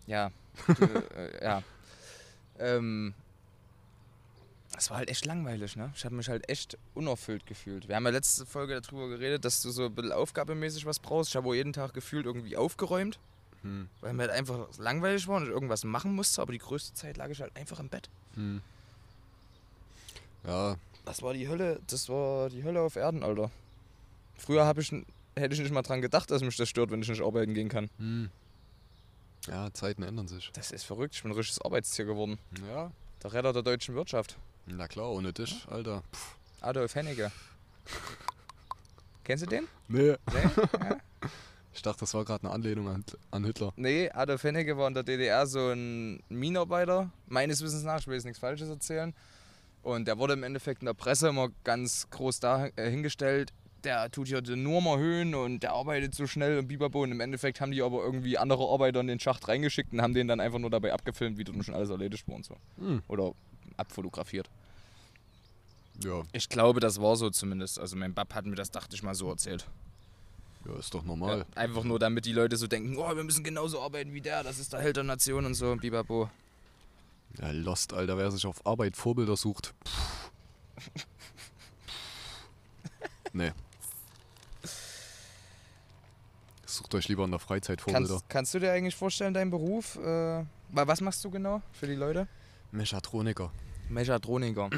S2: Ja. Du, äh, ja. Ähm, das war halt echt langweilig, ne? Ich habe mich halt echt unerfüllt gefühlt. Wir haben ja letzte Folge darüber geredet, dass du so ein bisschen aufgabemäßig was brauchst. Ich habe auch jeden Tag gefühlt irgendwie aufgeräumt,
S3: Hm.
S2: weil mir halt einfach langweilig war und ich irgendwas machen musste, aber die größte Zeit lag ich halt einfach im Bett.
S3: Ja,
S2: Das war die Hölle, das war die Hölle auf Erden, Alter. Früher hab ich, n- hätte ich nicht mal dran gedacht, dass mich das stört, wenn ich nicht arbeiten gehen kann.
S3: ja, Zeiten ändern sich.
S2: Das ist verrückt, ich bin ein richtiges Arbeitstier geworden.
S3: Ja.
S2: Der Retter der deutschen Wirtschaft.
S3: Na klar, ohne dich, Alter. Pff,
S2: Adolf Hennecke. Kennst du den?
S3: nee.
S2: Nee?
S3: Ich dachte, das war gerade eine Anlehnung an, an Hitler.
S2: nee, Adolf Hennecke war in der DDR so ein Minenarbeiter. Meines Wissens nach, ich will jetzt nichts Falsches erzählen. Und der wurde im Endeffekt in der Presse immer ganz groß dahingestellt. Der tut hier den nur mal Höhen und der arbeitet so schnell und bibabo. Und im Endeffekt haben die aber irgendwie andere Arbeiter in den Schacht reingeschickt und haben den dann einfach nur dabei abgefilmt, wie dann schon alles erledigt war und so.
S3: Hm.
S2: Oder abfotografiert.
S3: Ja.
S2: Ich glaube, das war so zumindest. Also mein Bab hat mir das, dachte ich mal, so erzählt.
S3: Ja, ist doch normal.
S2: Ja, einfach nur, damit die Leute so denken, oh, wir müssen genauso arbeiten wie der, das ist der Held der Nation und so, bibabo.
S3: Ja, Lost, Alter, wer sich auf Arbeit Vorbilder sucht. Pff. nee. Sucht euch lieber in der Freizeit Vorbilder.
S2: Kannst, kannst du dir eigentlich vorstellen, deinen Beruf? Äh, wa- was machst du genau für die Leute?
S3: Mechatroniker.
S2: Mechatroniker.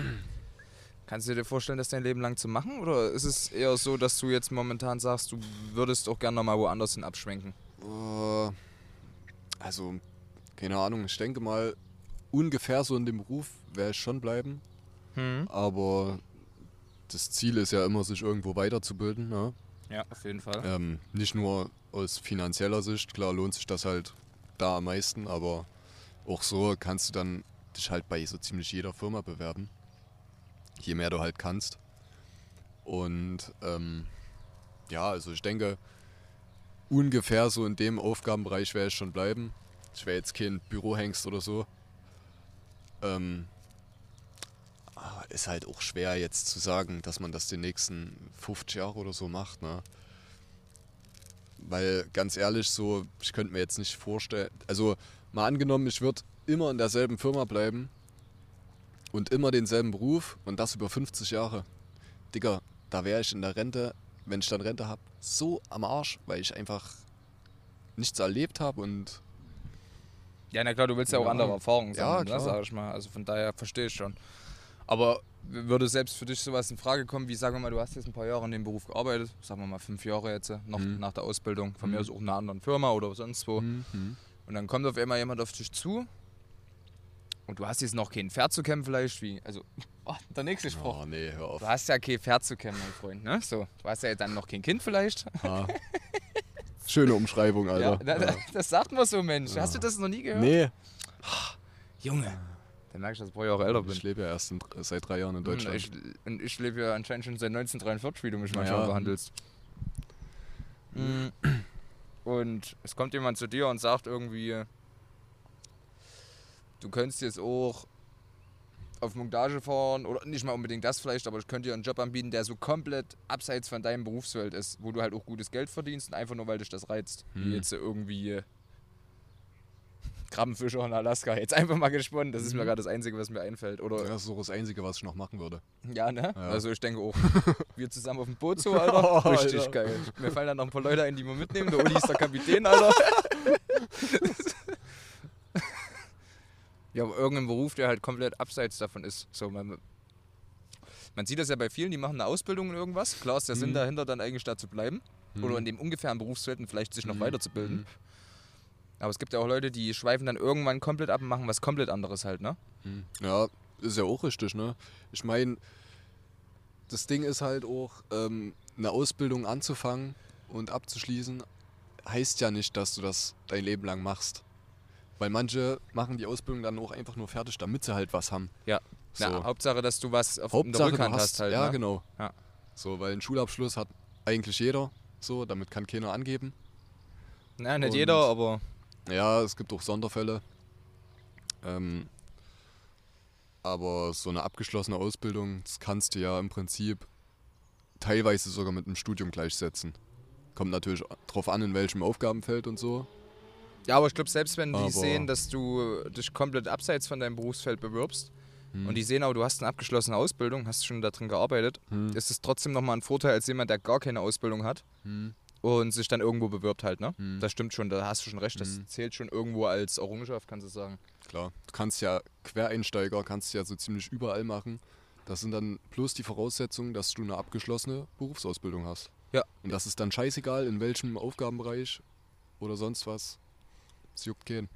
S2: kannst du dir vorstellen, das dein Leben lang zu machen? Oder ist es eher so, dass du jetzt momentan sagst, du würdest auch gerne mal woanders hin abschwenken?
S3: Äh, also, keine Ahnung, ich denke mal, ungefähr so in dem Beruf werde ich schon bleiben.
S2: Hm.
S3: Aber das Ziel ist ja immer, sich irgendwo weiterzubilden. Ne?
S2: Ja, auf jeden Fall.
S3: Ähm, nicht nur aus finanzieller Sicht, klar lohnt sich das halt da am meisten, aber auch so kannst du dann dich halt bei so ziemlich jeder Firma bewerben. Je mehr du halt kannst. Und ähm, ja, also ich denke, ungefähr so in dem Aufgabenbereich werde ich schon bleiben. Ich wäre jetzt kein Bürohengst oder so. Ähm, aber ist halt auch schwer jetzt zu sagen, dass man das die nächsten 50 Jahre oder so macht, ne? Weil ganz ehrlich, so, ich könnte mir jetzt nicht vorstellen. Also, mal angenommen, ich würde immer in derselben Firma bleiben und immer denselben Beruf und das über 50 Jahre. Digga, da wäre ich in der Rente, wenn ich dann Rente habe, so am Arsch, weil ich einfach nichts erlebt habe und
S2: Ja, na klar, du willst ja auch
S3: Ja.
S2: andere Erfahrungen
S3: Ja,
S2: sammeln, ne,
S3: klar.
S2: sag ich mal. Also von daher verstehe ich schon. Aber würde selbst für dich sowas in Frage kommen, wie sagen wir mal, du hast jetzt ein paar Jahre in dem Beruf gearbeitet, sagen wir mal fünf Jahre jetzt, noch
S3: Mhm.
S2: nach der Ausbildung, von mir
S3: Mhm.
S2: aus auch in einer anderen Firma oder sonst wo. Und dann kommt auf einmal jemand auf dich zu und du hast jetzt noch kein Pferd zu kämpfen vielleicht, wie, also, oh, der nächste Spruch.
S3: Oh, nee, hör auf.
S2: Du hast ja kein Pferd zu kämpfen, mein Freund, ne? So, du hast ja dann noch kein Kind vielleicht.
S3: Ah. Schöne Umschreibung,
S2: Ja,
S3: Alter.
S2: da, da, das sagt man so, Mensch. Hast du das noch nie gehört?
S3: Nee,
S2: Junge. Dann merke ich, dass ich ein paar Jahre älter bin.
S3: ich lebe ja erst in, seit drei Jahren
S2: Hm,
S3: in Deutschland.
S2: Ich, und ich lebe ja anscheinend schon seit 1943, wie du mich manchmal
S3: Naja.
S2: behandelst.
S3: Hm.
S2: Mm. Und es kommt jemand zu dir und sagt irgendwie, du könntest jetzt auch auf Montage fahren oder nicht mal unbedingt das vielleicht, aber ich könnte dir einen Job anbieten, der so komplett abseits von deinem Berufsfeld ist, wo du halt auch gutes Geld verdienst und einfach nur, weil dich das reizt. Wie
S3: Hm.
S2: jetzt irgendwie Krabbenfischer in Alaska. Jetzt einfach mal gesponnen, das ist
S3: Mhm.
S2: mir gerade das Einzige, was mir einfällt. Oder
S3: das ist so das Einzige, was ich noch machen würde.
S2: ja, ne?
S3: Ja.
S2: Also ich denke auch, wir zusammen auf dem Boot so, Alter.
S3: Oh,
S2: Richtig
S3: Alter.
S2: geil. Mir fallen dann noch ein paar Leute ein, die wir mitnehmen. Der Uli ist der Kapitän, Alter. ja, aber irgendein Beruf, der halt komplett abseits davon ist. So, man, man sieht das ja bei vielen, die machen eine Ausbildung in irgendwas. Klar ist der Sinn
S3: Mhm.
S2: dahinter, dann eigentlich da zu bleiben. Oder in dem ungefähren Berufsfeld und vielleicht sich noch weiterzubilden. Aber es gibt ja auch Leute, die schweifen dann irgendwann komplett ab und machen was komplett anderes halt, ne?
S3: Hm. Ja, ist ja auch richtig, ne? Ich meine, das Ding ist halt auch, ähm, eine Ausbildung anzufangen und abzuschließen, heißt ja nicht, dass du das dein Leben lang machst. Weil manche machen die Ausbildung dann auch einfach nur fertig, damit sie halt was haben.
S2: Ja.
S3: So.
S2: Na, Hauptsache, dass du was auf in der
S3: Hauptsache, du
S2: Rückhand
S3: hast,
S2: hast, halt.
S3: ja,
S2: ne?
S3: genau.
S2: Ja.
S3: So, weil einen Schulabschluss hat eigentlich jeder, so, damit kann keiner angeben.
S2: Nein, nicht
S3: Und-
S2: jeder, aber
S3: Ja, es gibt auch Sonderfälle. Ähm, aber so eine abgeschlossene Ausbildung, das kannst du ja im Prinzip teilweise sogar mit einem Studium gleichsetzen. Kommt natürlich drauf an, in welchem Aufgabenfeld und so.
S2: ja, aber ich glaube, selbst wenn die
S3: Aber-
S2: sehen, dass du dich komplett abseits von deinem Berufsfeld bewirbst und die sehen aber, du hast eine abgeschlossene Ausbildung, hast schon da drin gearbeitet, ist es trotzdem nochmal ein Vorteil als jemand, der gar keine Ausbildung hat und sich dann irgendwo bewirbt halt, ne? Das stimmt schon, da hast du schon recht, das zählt schon irgendwo als Errungenschaft, kannst du sagen.
S3: Klar, du kannst ja Quereinsteiger, kannst du ja so ziemlich überall machen. Das sind dann bloß die Voraussetzungen, dass du eine abgeschlossene Berufsausbildung hast.
S2: Ja.
S3: Und das ist dann scheißegal, in welchem Aufgabenbereich oder sonst was. Es juckt keinen.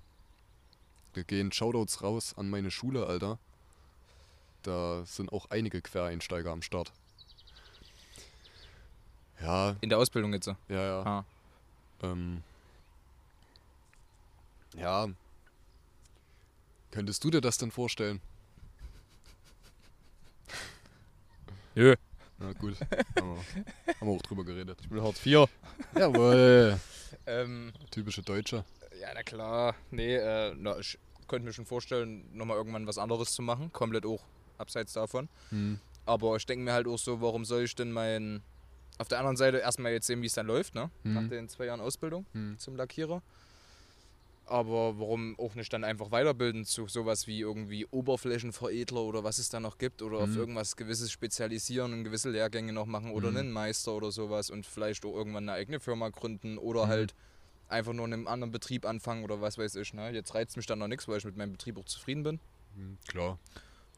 S3: Da gehen Shoutouts raus an meine Schule, Alter. Da sind auch einige Quereinsteiger am Start. Ja,
S2: In der Ausbildung jetzt so.
S3: ja, ja.
S2: Ah.
S3: Ähm, ja. Könntest du dir das denn vorstellen?
S2: Jö,
S3: Na gut. haben, wir, haben wir auch drüber geredet.
S2: ich will Hartz 4.
S3: Jawohl.
S2: Ähm,
S3: Typische Deutsche.
S2: ja, na klar. Nee, äh, na, ich könnte mir schon vorstellen, nochmal irgendwann was anderes zu machen,
S3: Mhm.
S2: komplett auch abseits davon. Aber ich denke mir halt auch so, warum soll ich denn mein Auf der anderen Seite erstmal jetzt sehen, wie es dann läuft, ne?
S3: Mhm.
S2: Nach den zwei Jahren Ausbildung
S3: Mhm.
S2: zum Lackierer. Aber warum auch nicht dann einfach weiterbilden zu sowas wie irgendwie Oberflächenveredler oder was es da noch gibt oder auf
S3: Mhm.
S2: irgendwas gewisses spezialisieren und gewisse Lehrgänge noch machen oder einen Meister oder sowas und vielleicht auch irgendwann eine eigene Firma gründen oder
S3: Mhm.
S2: halt einfach nur in einem anderen Betrieb anfangen oder was weiß ich. Ne? Jetzt reizt mich dann noch nichts, weil ich mit meinem Betrieb auch zufrieden bin.
S3: Mhm, Klar.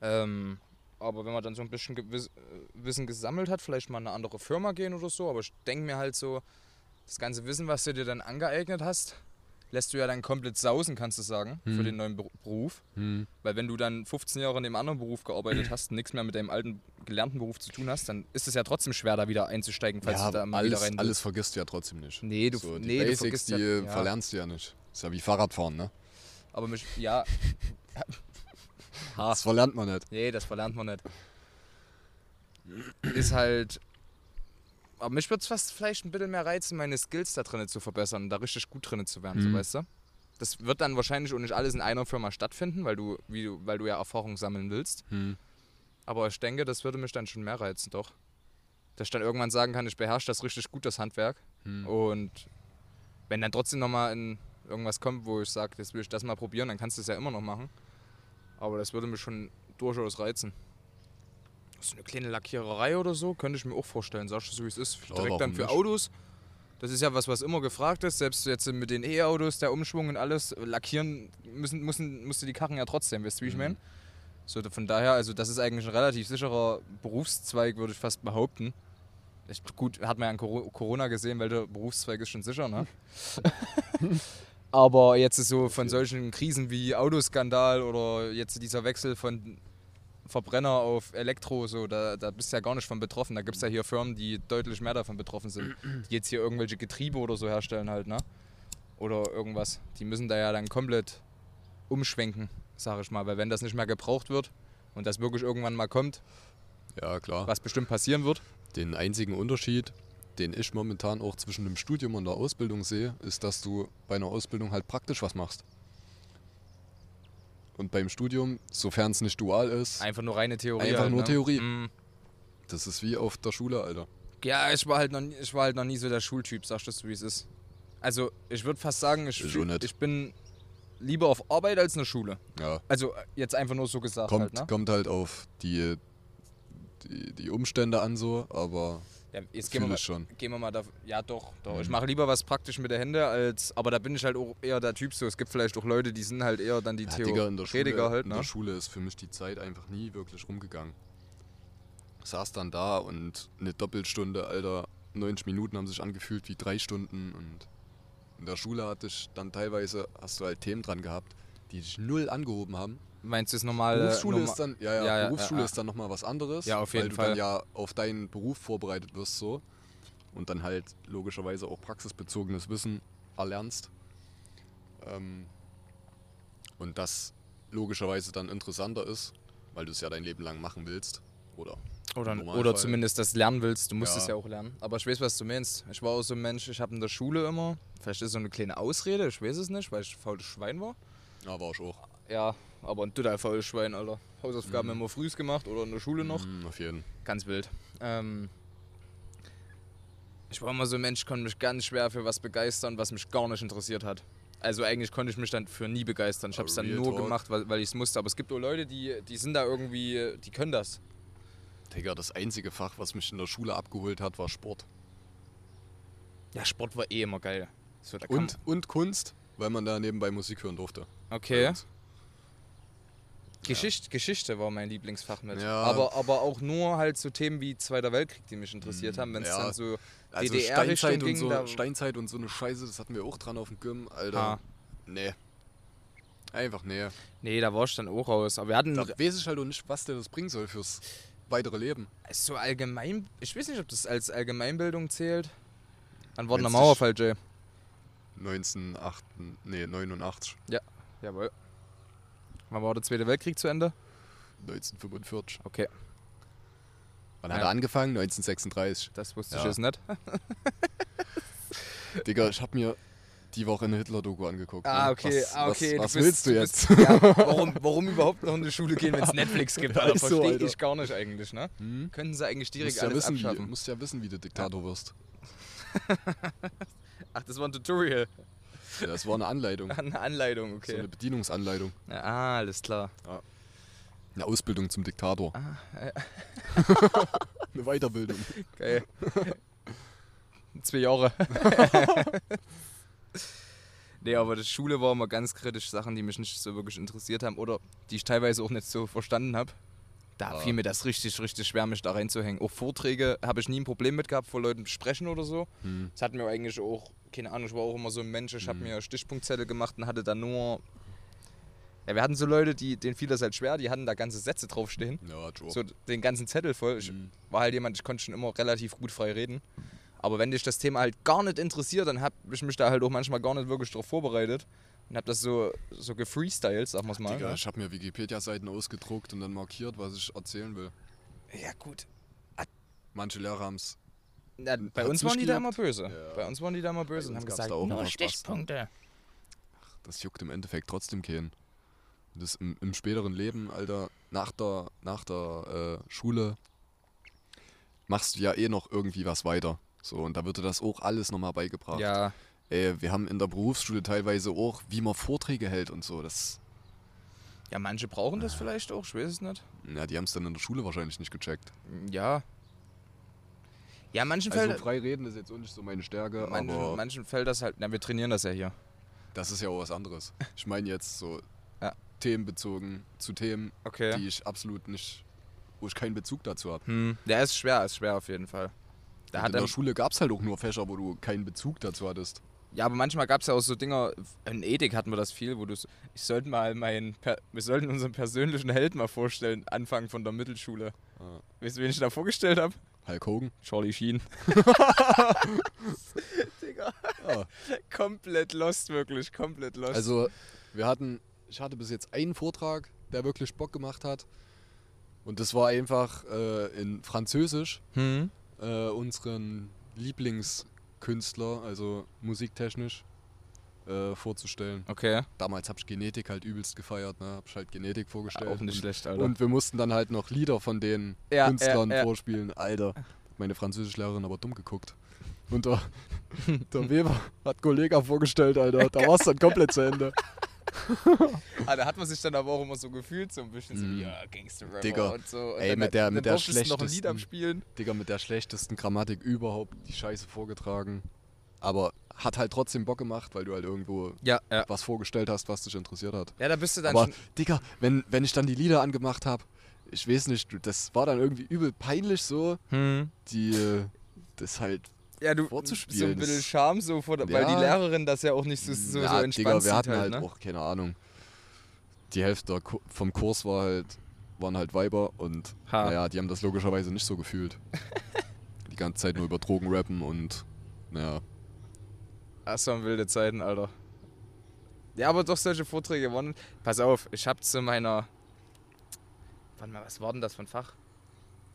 S2: Ähm, aber wenn man dann so ein bisschen gewiss, äh, Wissen gesammelt hat, vielleicht mal in eine andere Firma gehen oder so. Aber ich denke mir halt so, das ganze Wissen, was du dir dann angeeignet hast, lässt du ja dann komplett sausen, kannst du sagen, für
S3: Mhm.
S2: den neuen Beru- Beruf.
S3: Mhm.
S2: Weil wenn du dann 15 Jahre in dem anderen Beruf gearbeitet hast, nichts mehr mit deinem alten gelernten Beruf zu tun hast, dann ist es ja trotzdem schwer, da wieder einzusteigen, falls
S3: Ja,
S2: du da mal wieder
S3: alles,
S2: rein
S3: alles vergisst du ja trotzdem nicht.
S2: Nee, du-
S3: so, die
S2: nee, du
S3: Basics,
S2: vergisst ja-
S3: die äh,
S2: ja.
S3: verlernst du ja nicht. Ist ja wie Fahrradfahren, ne?
S2: willst. Aber mich, ja,
S3: Das verlernt man nicht.
S2: Nee, das verlernt man nicht. Ist halt. Aber mich würde es fast vielleicht ein bisschen mehr reizen, meine Skills da drinnen zu verbessern und da richtig gut drinnen zu werden, so
S3: Mhm.
S2: weißt du? Das wird dann wahrscheinlich auch nicht alles in einer Firma stattfinden, weil du, wie du, weil du ja Erfahrung sammeln willst.
S3: Mhm.
S2: Aber ich denke, das würde mich dann schon mehr reizen, doch. Dass ich dann irgendwann sagen kann, ich beherrsche das richtig gut, das Handwerk.
S3: Hm.
S2: Und wenn dann trotzdem nochmal irgendwas kommt, wo ich sage, jetzt will ich das mal probieren, dann kannst du es ja immer noch machen. Aber das würde mich schon durchaus reizen. So eine kleine Lackiererei oder so, könnte ich mir auch vorstellen, sagst du so wie es ist.
S3: Klar,
S2: Direkt dann
S3: warum
S2: für
S3: nicht?
S2: Autos. Das ist ja was, was immer gefragt ist. Selbst jetzt mit den E-Autos, der Umschwung und alles, lackieren müssen, müssen, musst du die Karren ja trotzdem, weißt du, wie
S3: Hm.
S2: ich meine? So, von daher, also das ist eigentlich ein relativ sicherer Berufszweig, würde ich fast behaupten. Ich, gut, hat man ja an Coro- Corona gesehen, welcher Berufszweig ist schon sicher, ne? Aber jetzt ist so von solchen Krisen wie Autoskandal oder jetzt dieser Wechsel von Verbrenner auf Elektro, so, da, da bist du ja gar nicht von betroffen. Da gibt es ja hier Firmen, die deutlich mehr davon betroffen sind, die jetzt hier irgendwelche Getriebe oder so herstellen halt, ne? Oder irgendwas. Die müssen da ja dann komplett umschwenken, sage ich mal. Weil wenn das nicht mehr gebraucht wird und das wirklich irgendwann mal kommt,
S3: Ja, klar.
S2: was bestimmt passieren wird,
S3: Den einzigen Unterschied, den ich momentan auch zwischen dem Studium und der Ausbildung sehe, ist, dass du bei einer Ausbildung halt praktisch was machst. Und beim Studium, sofern es nicht dual ist,
S2: einfach nur reine Theorie.
S3: Einfach
S2: halt,
S3: nur
S2: ne?
S3: Theorie.
S2: Mm.
S3: das ist wie auf der Schule, Alter.
S2: Ja, ich war halt noch nie, ich war halt noch nie so der Schultyp, sagst du, wie es ist. Also, ich würde fast sagen, ich,
S3: Ich
S2: fühl-
S3: auch nicht.
S2: ich bin lieber auf Arbeit als in der Schule.
S3: Ja.
S2: Also, äh, jetzt einfach nur so gesagt
S3: Kommt,
S2: halt, ne?
S3: kommt halt auf die, die, die Umstände an so, aber
S2: Ja, jetzt gehen
S3: fühle
S2: wir, mal,
S3: ich schon. Mhm.
S2: gehen wir mal da. Ja, doch, doch. Ich mache lieber was praktisch mit der Hände als. Aber da bin ich halt auch eher der Typ so. Es gibt vielleicht auch Leute, die sind halt eher dann die
S3: Ja, Digga, in der, Schule,
S2: Theoretiker halt,
S3: in
S2: ne?
S3: der Schule ist für mich die Zeit einfach nie wirklich rumgegangen. Saß dann da und eine Doppelstunde, Alter, 90 Minuten haben sich angefühlt wie drei Stunden und in der Schule hatte ich dann teilweise, hast du halt Themen dran gehabt, die dich null angehoben haben.
S2: Meinst du es normal? äh,
S3: Berufsschule
S2: normal,
S3: ist dann, ja, ja,
S2: ja, ja,
S3: Berufsschule
S2: ja.
S3: ist dann nochmal was anderes,
S2: Ja, auf jeden
S3: weil du
S2: Fall.
S3: dann ja auf deinen Beruf vorbereitet wirst so und dann halt logischerweise auch praxisbezogenes Wissen erlernst. Ähm, und das logischerweise dann interessanter ist, weil du es ja dein Leben lang machen willst. Oder
S2: Oder,
S3: Im
S2: oder
S3: Normalfall.
S2: zumindest das lernen willst. Du musst
S3: Ja.
S2: es ja auch lernen. Aber ich weiß, was du meinst. Ich war auch so ein Mensch, ich habe in der Schule immer, vielleicht ist es so eine kleine Ausrede, ich weiß es nicht, weil ich faules Schwein war.
S3: ja, war ich auch.
S2: Ja, aber ein total faules Schwein, Alter. Hausaufgaben immer frühs gemacht oder in der Schule noch.
S3: Mhm, auf jeden.
S2: Ganz wild. Ähm, ich war immer so ein Mensch, konnte mich ganz schwer für was begeistern, was mich gar nicht interessiert hat. Also eigentlich konnte ich mich dann für nie begeistern. Ich habe es dann
S3: Real
S2: nur
S3: talk.
S2: gemacht, weil, weil ich es musste. Aber es gibt auch Leute, die, die sind da irgendwie, die können das.
S3: Digga, das einzige Fach, was mich in der Schule abgeholt hat, war Sport.
S2: Ja, Sport war eh immer geil. So, da kann-
S3: Und, und Kunst, weil man da nebenbei Musik hören durfte.
S2: Okay.
S3: Und
S2: Geschicht, Geschichte war mein Lieblingsfach mit.
S3: Ja.
S2: Aber, aber auch nur halt so Themen wie Zweiter Weltkrieg, die mich interessiert haben, wenn es
S3: ja.
S2: dann so
S3: Also
S2: DDR-Richtung
S3: Steinzeit und,
S2: ging.
S3: so,
S2: da,
S3: Steinzeit und so eine Scheiße, das hatten wir auch dran auf dem Gym, Alter.
S2: Ha.
S3: Nee. Einfach nee.
S2: nee, da war ich dann auch raus. Aber wir hatten
S3: Da weiß ich halt auch nicht, was dir das bringen soll fürs weitere Leben.
S2: so allgemein, ich weiß nicht, ob das als Allgemeinbildung zählt. An Worten der
S3: Wenn's
S2: Mauerfall, Jay.
S3: 1908, nee, 89,
S2: Jawohl. Wann war der Zweite Weltkrieg zu Ende?
S3: 1945.
S2: Okay,
S3: Wann
S2: Ja.
S3: hat er angefangen? 1936.
S2: das wusste
S3: Ja.
S2: ich jetzt nicht.
S3: Digga, ich hab mir die Woche eine Hitler-Doku angeguckt.
S2: Ah,
S3: ne?
S2: okay,
S3: was,
S2: ah, okay.
S3: Was, was
S2: bist-
S3: willst du jetzt?
S2: Bist, ja, warum, warum überhaupt noch in die Schule gehen, wenn es Netflix gibt?
S3: Ja,
S2: Alter,
S3: ist so,
S2: verstehe
S3: Alter.
S2: ich gar nicht eigentlich, ne?
S3: Hm?
S2: Können sie eigentlich direkt
S3: Musst ja,
S2: alles
S3: wissen, wie,
S2: abschaffen.
S3: musst ja wissen, wie du Diktator wirst.
S2: Ach, das war ein Tutorial.
S3: Ja, das war eine Anleitung.
S2: Eine Anleitung,
S3: So
S2: okay.
S3: eine Bedienungsanleitung.
S2: Ja, ah, alles klar.
S3: Eine Ausbildung zum Diktator.
S2: Ah,
S3: eine Weiterbildung.
S2: Geil. Zwei Jahre. nee, aber die Schule war immer ganz kritisch, Sachen, die mich nicht so wirklich interessiert haben oder die ich teilweise auch nicht so verstanden habe. Da
S3: Ja.
S2: fiel mir das richtig, richtig schwer, mich da reinzuhängen. Auch Vorträge habe ich nie ein Problem mit gehabt, vor Leuten sprechen oder so.
S3: Hm.
S2: Das hat mir eigentlich auch, keine Ahnung, ich war auch immer so ein Mensch, ich habe mir Stichpunktzettel gemacht und hatte da nur. Ja, wir hatten so Leute, die, denen fiel das halt schwer, die hatten da ganze Sätze draufstehen
S3: Ja, Joe.
S2: so den ganzen Zettel voll. Ich
S3: Mhm.
S2: war halt jemand, ich konnte schon immer relativ gut frei reden. Aber wenn dich das Thema halt gar nicht interessiert, dann hab ich mich da halt auch manchmal gar nicht wirklich drauf vorbereitet und hab das so, so gefreestylt, sagen wir's mal.
S3: Digga, ich habe mir Wikipedia-Seiten ausgedruckt und dann markiert, was ich erzählen will.
S2: ne? ja, gut.
S3: Manche Lehrer haben es.
S2: Na, bei
S3: Hat's
S2: uns
S3: nicht
S2: waren die da immer
S3: geklappt?
S2: böse.
S3: Ja.
S2: Bei uns waren die da immer böse und
S3: uns
S2: haben
S3: gab's
S2: gesagt,
S3: da auch
S2: nur
S3: immer Spaß."
S2: Stichpunkte.
S3: Das juckt im Endeffekt trotzdem keinen. Und Das im, im späteren Leben, Alter, nach der, nach der äh, Schule machst du ja eh noch irgendwie was weiter. So, und da wird dir das auch alles nochmal beigebracht.
S2: Ja,
S3: Ey, wir haben in der Berufsschule teilweise auch, wie man Vorträge hält und so. Das,
S2: ja, manche brauchen
S3: Ah.
S2: das vielleicht auch, ich weiß es nicht.
S3: na, die haben es dann in der Schule wahrscheinlich nicht gecheckt.
S2: Ja. Ja, manchen
S3: Mhm. Also
S2: fällt,
S3: frei reden ist jetzt auch nicht so meine Stärke, aber
S2: manchen, manchen fällt das halt, na, wir trainieren das ja hier.
S3: das ist ja auch was anderes. Ich meine jetzt so
S2: Ja.
S3: themenbezogen zu Themen,
S2: Okay.
S3: die ich absolut nicht, wo ich keinen Bezug dazu habe.
S2: Hm. Der ist schwer, ist schwer auf jeden Fall. Da
S3: in
S2: er-
S3: der Schule gab es halt auch nur Fächer, wo du keinen Bezug dazu hattest.
S2: Ja, aber manchmal gab es ja auch so Dinger, in Ethik hatten wir das viel, wo du s- ich sollte mal meinen, per- wir sollten unseren persönlichen Held mal vorstellen, Anfang von der Mittelschule.
S3: Ah.
S2: Weißt du, wen ich da vorgestellt habe?
S3: Hulk Hogan?
S2: Charlie Sheen. Digga,
S3: Ja.
S2: komplett lost, wirklich, komplett lost.
S3: Also, wir hatten, ich hatte bis jetzt einen Vortrag, der wirklich Bock gemacht hat. Und das war einfach äh, in Französisch
S2: hm?
S3: äh, unseren Lieblingskünstler, also musiktechnisch, äh, vorzustellen.
S2: Okay,
S3: Damals habe ich Genetik halt übelst gefeiert, ne? Hab ich halt Genetik vorgestellt.
S2: auch nicht
S3: und,
S2: schlecht, Alter.
S3: und wir mussten dann halt noch Lieder von den
S2: Ja,
S3: Künstlern
S2: ja, ja.
S3: vorspielen. Alter, meine Französischlehrerin aber dumm geguckt. Und der, der Weber hat Kollega vorgestellt, Alter. Da war es dann komplett zu Ende.
S2: ah, da hat man sich dann aber auch immer so gefühlt, so ein bisschen so
S3: Mhm.
S2: wie, ja, Gangster-Rapper
S3: Digga,
S2: und so. Und
S3: ey,
S2: dann,
S3: mit der-
S2: dann
S3: mit der
S2: durftest du noch ein Lied
S3: schlechtesten-
S2: am Spielen.
S3: Digga, mit der schlechtesten Grammatik überhaupt die Scheiße vorgetragen. Aber hat halt trotzdem Bock gemacht, weil du halt irgendwo
S2: Ja, ja.
S3: was vorgestellt hast, was dich interessiert hat.
S2: Ja, da bist du dann
S3: Aber
S2: schon...
S3: Digga, wenn, wenn ich dann die Lieder angemacht habe, ich weiß nicht, du- das war dann irgendwie übel peinlich so,
S2: Hm.
S3: die äh, das halt
S2: ja, du,
S3: vorzuspielen
S2: So ein bisschen
S3: ist-
S2: Scham, so vor, der- weil
S3: Ja.
S2: die Lehrerin das ja auch nicht so, so,
S3: Ja,
S2: so entspannt
S3: Digga, wir
S2: sieht
S3: hatten halt,
S2: halt, ne?
S3: auch, keine Ahnung. Die Hälfte der Ku- vom Kurs war halt, waren halt Weiber und
S2: Ha.
S3: naja, die haben das logischerweise nicht so gefühlt. die ganze Zeit nur über Drogen rappen und naja.
S2: Das waren wilde Zeiten, Alter. Ja, aber doch solche Vorträge waren. Pass auf, ich hab zu meiner. Warte mal, was war denn das für ein Fach?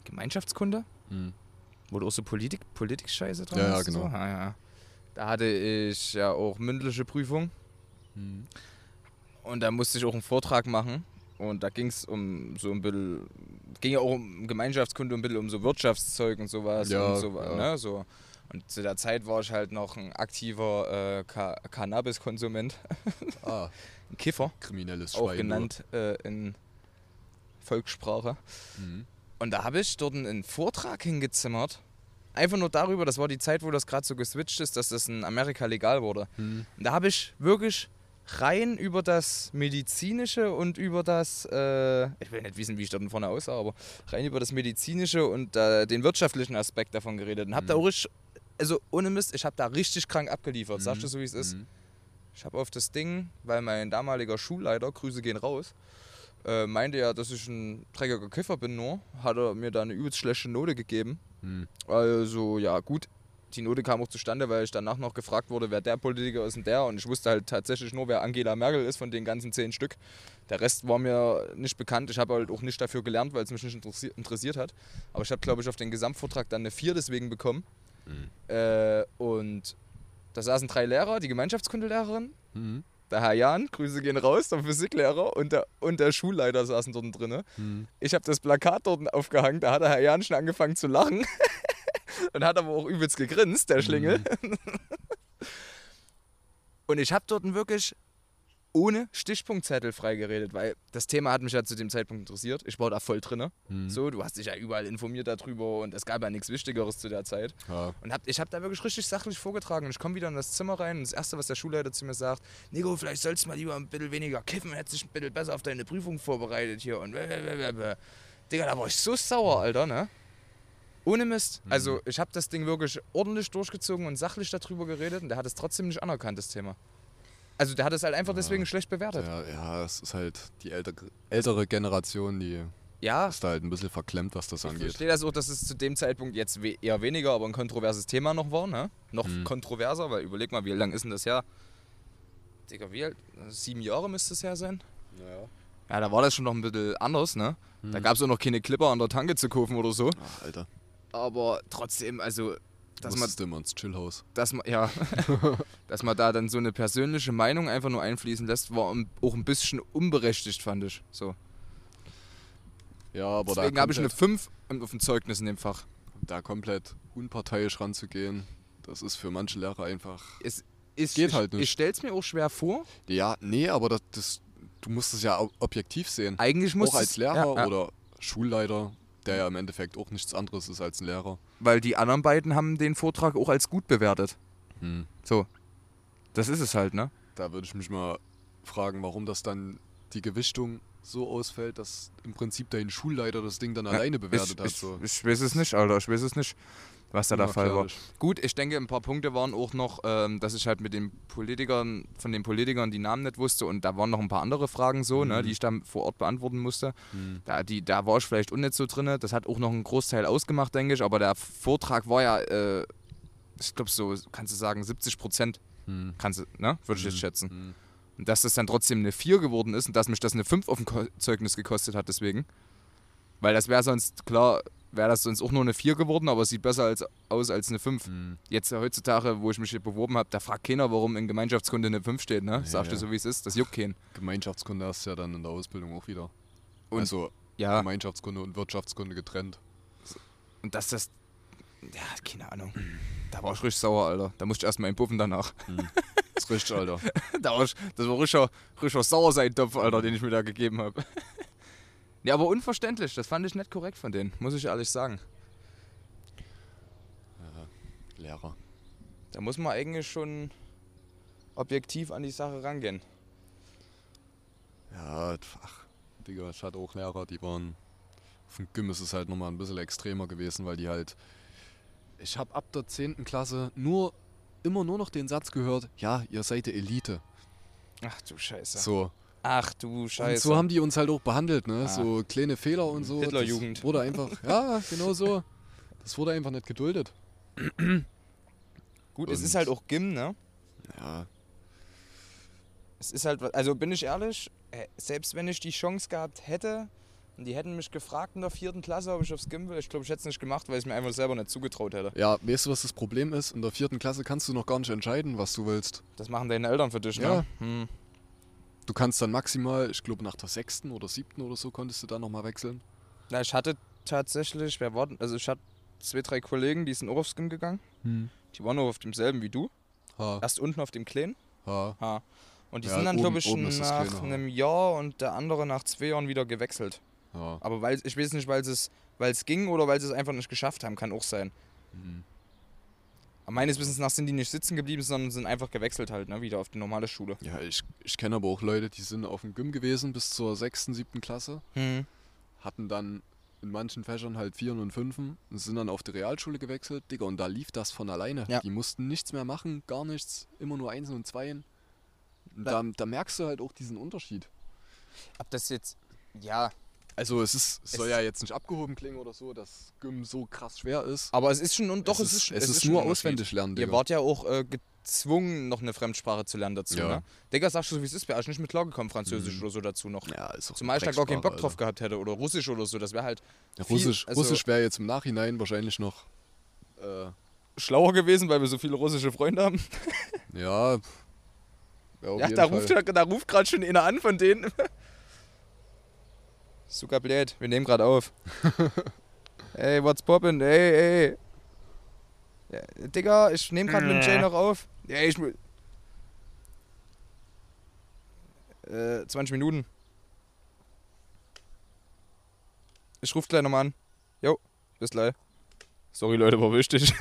S2: Gemeinschaftskunde?
S3: Hm.
S2: Wo du auch so Politik, Politik-Scheiße dran
S3: Ja, ja,
S2: hast? und
S3: genau.
S2: So? Ah, ja. Da hatte ich ja auch mündliche Prüfung. Und da musste ich auch einen Vortrag machen. Und da ging es um so ein bisschen, ging ja auch um Gemeinschaftskunde, ein bisschen um so Wirtschaftszeug und sowas.
S3: Ja,
S2: und so,
S3: ja.
S2: Ne, so. Und zu der Zeit war ich halt noch ein aktiver äh, Ka Cannabis-Konsument,
S3: Ah,
S2: ein Kiffer,
S3: kriminelles Schwein.
S2: auch genannt äh, in Volkssprache.
S3: oder? Mhm.
S2: Und da habe ich dort einen Vortrag hingezimmert. Einfach nur darüber, das war die Zeit, wo das gerade so geswitcht ist, dass das in Amerika legal wurde.
S3: Mhm.
S2: Und da habe ich wirklich rein über das Medizinische und über das, äh, ich will nicht wissen, wie ich dort vorne aussah, aber rein über das Medizinische und äh, den wirtschaftlichen Aspekt davon geredet. Und habe
S3: Mhm.
S2: da auch richtig, also ohne Mist, ich habe da richtig krank abgeliefert. Sagst du so, wie es ist?
S3: Mhm.
S2: Ich habe auf das Ding, weil mein damaliger Schulleiter, Grüße gehen raus, äh, meinte ja, dass ich ein dreckiger Kiffer bin nur, hat er mir da eine übelst schlechte Note gegeben.
S3: Mhm.
S2: Also ja, gut. Die Note kam auch zustande, weil ich danach noch gefragt wurde, wer der Politiker ist und der. Und ich wusste halt tatsächlich nur, wer Angela Merkel ist von den ganzen zehn Stück. Der Rest war mir nicht bekannt. Ich habe halt auch nicht dafür gelernt, weil es mich nicht interessi interessiert hat. Aber ich habe, glaube ich, auf den Gesamtvortrag dann eine 4 deswegen bekommen. Äh, und Da saßen drei Lehrer, die Gemeinschaftskundelehrerin,
S3: Mhm.
S2: der Herr Jan, Grüße gehen raus, der Physiklehrer und der, und der Schulleiter saßen dort drin.
S3: Mhm.
S2: Ich habe das Plakat dort aufgehangen, da hat der Herr Jan schon angefangen zu lachen und hat aber auch übelst gegrinst, der Schlingel.
S3: Mhm.
S2: und ich habe dort wirklich ohne Stichpunktzettel freigeredet, weil das Thema hat mich ja zu dem Zeitpunkt interessiert. Ich war da voll drinne.
S3: Mhm.
S2: So, du hast dich ja überall informiert darüber und es gab ja nichts Wichtigeres zu der Zeit.
S3: Ja.
S2: Und hab, ich habe da wirklich richtig sachlich vorgetragen. Und ich komme wieder in das Zimmer rein und das Erste, was der Schulleiter zu mir sagt, Nico, vielleicht sollst du mal lieber ein bisschen weniger kiffen, hättest dich ein bisschen besser auf deine Prüfung vorbereitet hier. Und blablabla. Digga, da war ich so sauer, Alter, ne? Ohne Mist. Also ich habe das Ding wirklich ordentlich durchgezogen und sachlich darüber geredet und der hat es trotzdem nicht anerkannt, das Thema. Also der hat es halt einfach deswegen schlecht bewertet.
S3: Ja, ja, es ist halt die ältere, ältere Generation, die
S2: Ja,
S3: ist da halt ein bisschen verklemmt, was das
S2: Ich
S3: angeht.
S2: verstehe das auch, dass es zu dem Zeitpunkt jetzt we eher weniger, aber ein kontroverses Thema noch war, ne? Noch
S3: Mhm.
S2: kontroverser, weil überleg mal, wie lang ist denn das her? Digga, wie alt? Sieben Jahre müsste es her sein. Ja, da war das schon noch ein bisschen anders, ne?
S3: Mhm.
S2: Da gab es auch noch keine Clipper an der Tanke zu kaufen oder so.
S3: Ach, Alter.
S2: Aber trotzdem, also, dass
S3: Das
S2: man,
S3: musstest immer ins Chillhaus.
S2: dass man, ja, dass man da dann so eine persönliche Meinung einfach nur einfließen lässt, war um- auch ein bisschen unberechtigt, fand ich. So.
S3: Ja, aber
S2: Deswegen
S3: da,
S2: habe ich eine
S3: komplett,
S2: 5 auf dem Zeugnis in dem Fach.
S3: da komplett unparteiisch ranzugehen, das ist für manche Lehrer einfach.
S2: es ist,
S3: Geht
S2: ich,
S3: halt nicht.
S2: Ich stell's mir auch schwer vor.
S3: Ja, nee, aber das, das, du musst es ja au- objektiv sehen.
S2: Eigentlich muss
S3: Auch als
S2: es-
S3: Lehrer
S2: ja, ja.
S3: oder Schulleiter, der ja im Endeffekt auch nichts anderes ist als ein Lehrer.
S2: weil die anderen beiden haben den Vortrag auch als gut bewertet.
S3: Hm.
S2: So, das ist es halt, ne?
S3: Da würde ich mich mal fragen, warum das dann die Gewichtung so ausfällt, dass im Prinzip dein Schulleiter das Ding dann alleine bewertet
S2: ich,
S3: hat.
S2: ich,
S3: So.
S2: ich weiß es nicht, Alter. Ich weiß es nicht, was da der Fall war.
S3: Unerklärlich.
S2: Gut, ich denke, ein paar Punkte waren auch noch, ähm, dass ich halt mit den Politikern, von den Politikern die Namen nicht wusste und da waren noch ein paar andere Fragen so,
S3: Hm.
S2: ne, die ich dann vor Ort beantworten musste. Da, die, da war ich vielleicht unnett so drin. Das hat auch noch einen Großteil ausgemacht, denke ich, aber der Vortrag war ja, äh, ich glaube so, kannst du sagen, 70 Prozent, kannst du, ne, würde ich jetzt schätzen. Und dass das dann trotzdem eine 4 geworden ist und dass mich das eine 5 auf dem Ko Zeugnis gekostet hat, deswegen. Weil das wäre sonst, klar, wäre das sonst auch nur eine 4 geworden, aber es sieht besser als, aus als eine 5. Jetzt heutzutage, wo ich mich hier beworben habe, da fragt keiner, warum in Gemeinschaftskunde eine 5 steht, ne? Sagst du
S3: ja.
S2: so, wie es ist, das juckt keinen.
S3: Gemeinschaftskunde hast du ja dann in der Ausbildung auch wieder.
S2: Und-
S3: also
S2: Ja,
S3: Gemeinschaftskunde und Wirtschaftskunde getrennt.
S2: und dass das, ja, keine Ahnung. Da war ich richtig sauer, Alter. Da musste ich erstmal einen Puffen danach.
S3: Das ist richtig, Alter.
S2: da war ich, das war richtiger, richtiger Sauerseintopf, Alter, den ich mir da gegeben habe. Ja, aber unverständlich. Das fand ich nicht korrekt von denen, muss ich ehrlich sagen.
S3: Lehrer.
S2: Da muss man eigentlich schon objektiv an die Sache rangehen.
S3: Ja, ach, Digga, ich hatte auch Lehrer, die waren. Auf dem Gym ist es halt nochmal ein bisschen extremer gewesen, weil die halt. Ich habe ab der 10. Klasse nur immer nur noch den Satz gehört, ja, ihr seid die Elite.
S2: Ach du Scheiße.
S3: So.
S2: Ach du
S3: Und
S2: Scheiße.
S3: so haben die uns halt auch behandelt, ne? So kleine Fehler und so.
S2: Hitlerjugend.
S3: Das wurde einfach, ja, genau so. Das wurde einfach nicht geduldet.
S2: Gut, es
S3: Und-
S2: ist halt auch Gym, ne?
S3: Ja.
S2: Es ist halt, also bin ich ehrlich, äh, selbst wenn ich die Chance gehabt hätte, und die hätten mich gefragt in der vierten Klasse, ob ich aufs Gym will, ich glaube, ich hätte es nicht gemacht, weil ich mir einfach selber nicht zugetraut hätte.
S3: Ja, weißt du, was das Problem ist? In der vierten Klasse kannst du noch gar nicht entscheiden, was du willst.
S2: Das machen deine Eltern für dich,
S3: Ja.
S2: ne? Hm.
S3: Du kannst dann maximal, ich glaube nach der sechsten oder siebten oder so, konntest du dann nochmal wechseln.
S2: Na, ich hatte tatsächlich, wer war denn, also ich hatte zwei, drei Kollegen, die sind auch aufs Gym gegangen. Die waren auch auf demselben wie du.
S3: Ha,
S2: Erst unten auf dem Kleinen.
S3: ha.
S2: Ha. Und die
S3: Ja,
S2: sind dann,
S3: oben-
S2: glaube ich,
S3: oben ist das
S2: nach
S3: Kleine, ha.
S2: einem Jahr und der andere nach zwei Jahren wieder gewechselt.
S3: Ja.
S2: Aber weil, ich weiß nicht, weil sie es weil es ging oder weil sie es einfach nicht geschafft haben, kann auch sein. Aber meines Wissens nach sind die nicht sitzen geblieben, sondern sind einfach gewechselt halt, ne, wieder auf die normale Schule.
S3: ja, ich, ich kenne aber auch Leute, die sind auf dem Gym gewesen bis zur sechsten, siebten Klasse,
S2: Hm.
S3: hatten dann in manchen Fächern halt Vieren und Fünfen und sind dann auf die Realschule gewechselt, Digga, und da lief das von alleine.
S2: Ja.
S3: Die mussten nichts mehr machen, gar nichts, immer nur Einsen und Zweien. Und
S2: Ja.
S3: Da, da merkst du halt auch diesen Unterschied.
S2: Ob das jetzt, ja,
S3: Also es ist, es soll
S2: Es-
S3: ja jetzt nicht abgehoben klingen oder so, dass Gym so krass schwer ist.
S2: aber es ist schon, und doch,
S3: Es
S2: es,
S3: ist-
S2: ist, schon-
S3: es ist
S2: schon
S3: nur
S2: ein Unterschied.
S3: auswendig lernen,
S2: Ihr
S3: Digga.
S2: wart ja auch äh, gezwungen, noch eine Fremdsprache zu lernen dazu,
S3: Ja.
S2: ne? Digga, sagst du, so, wie es ist, wäre ich nicht mit klargekommen, Französisch oder so dazu noch.
S3: Ja, ist auch
S2: Zumal ich da gar keinen
S3: Drecksprache,
S2: Bock drauf gehabt hätte oder Russisch oder so, das wäre halt.
S3: Ja,
S2: viel-
S3: Russisch,
S2: also-
S3: Russisch wäre jetzt im Nachhinein wahrscheinlich noch äh,
S2: schlauer gewesen, weil wir so viele russische Freunde haben.
S3: Ja. pff. Ja, auf
S2: Ja,
S3: jeden
S2: da
S3: Fall.
S2: ruft, da, da ruft gerade schon einer an von denen. Super blöd, wir nehmen gerade auf. ey, what's poppin'? Ey, ey. Ja, Digga, ich nehme gerade mit dem Jay noch auf. Ja, ich mu- Äh, 20 Minuten. Ich ruf gleich nochmal an. Jo, bis gleich. Sorry Leute, war wichtig.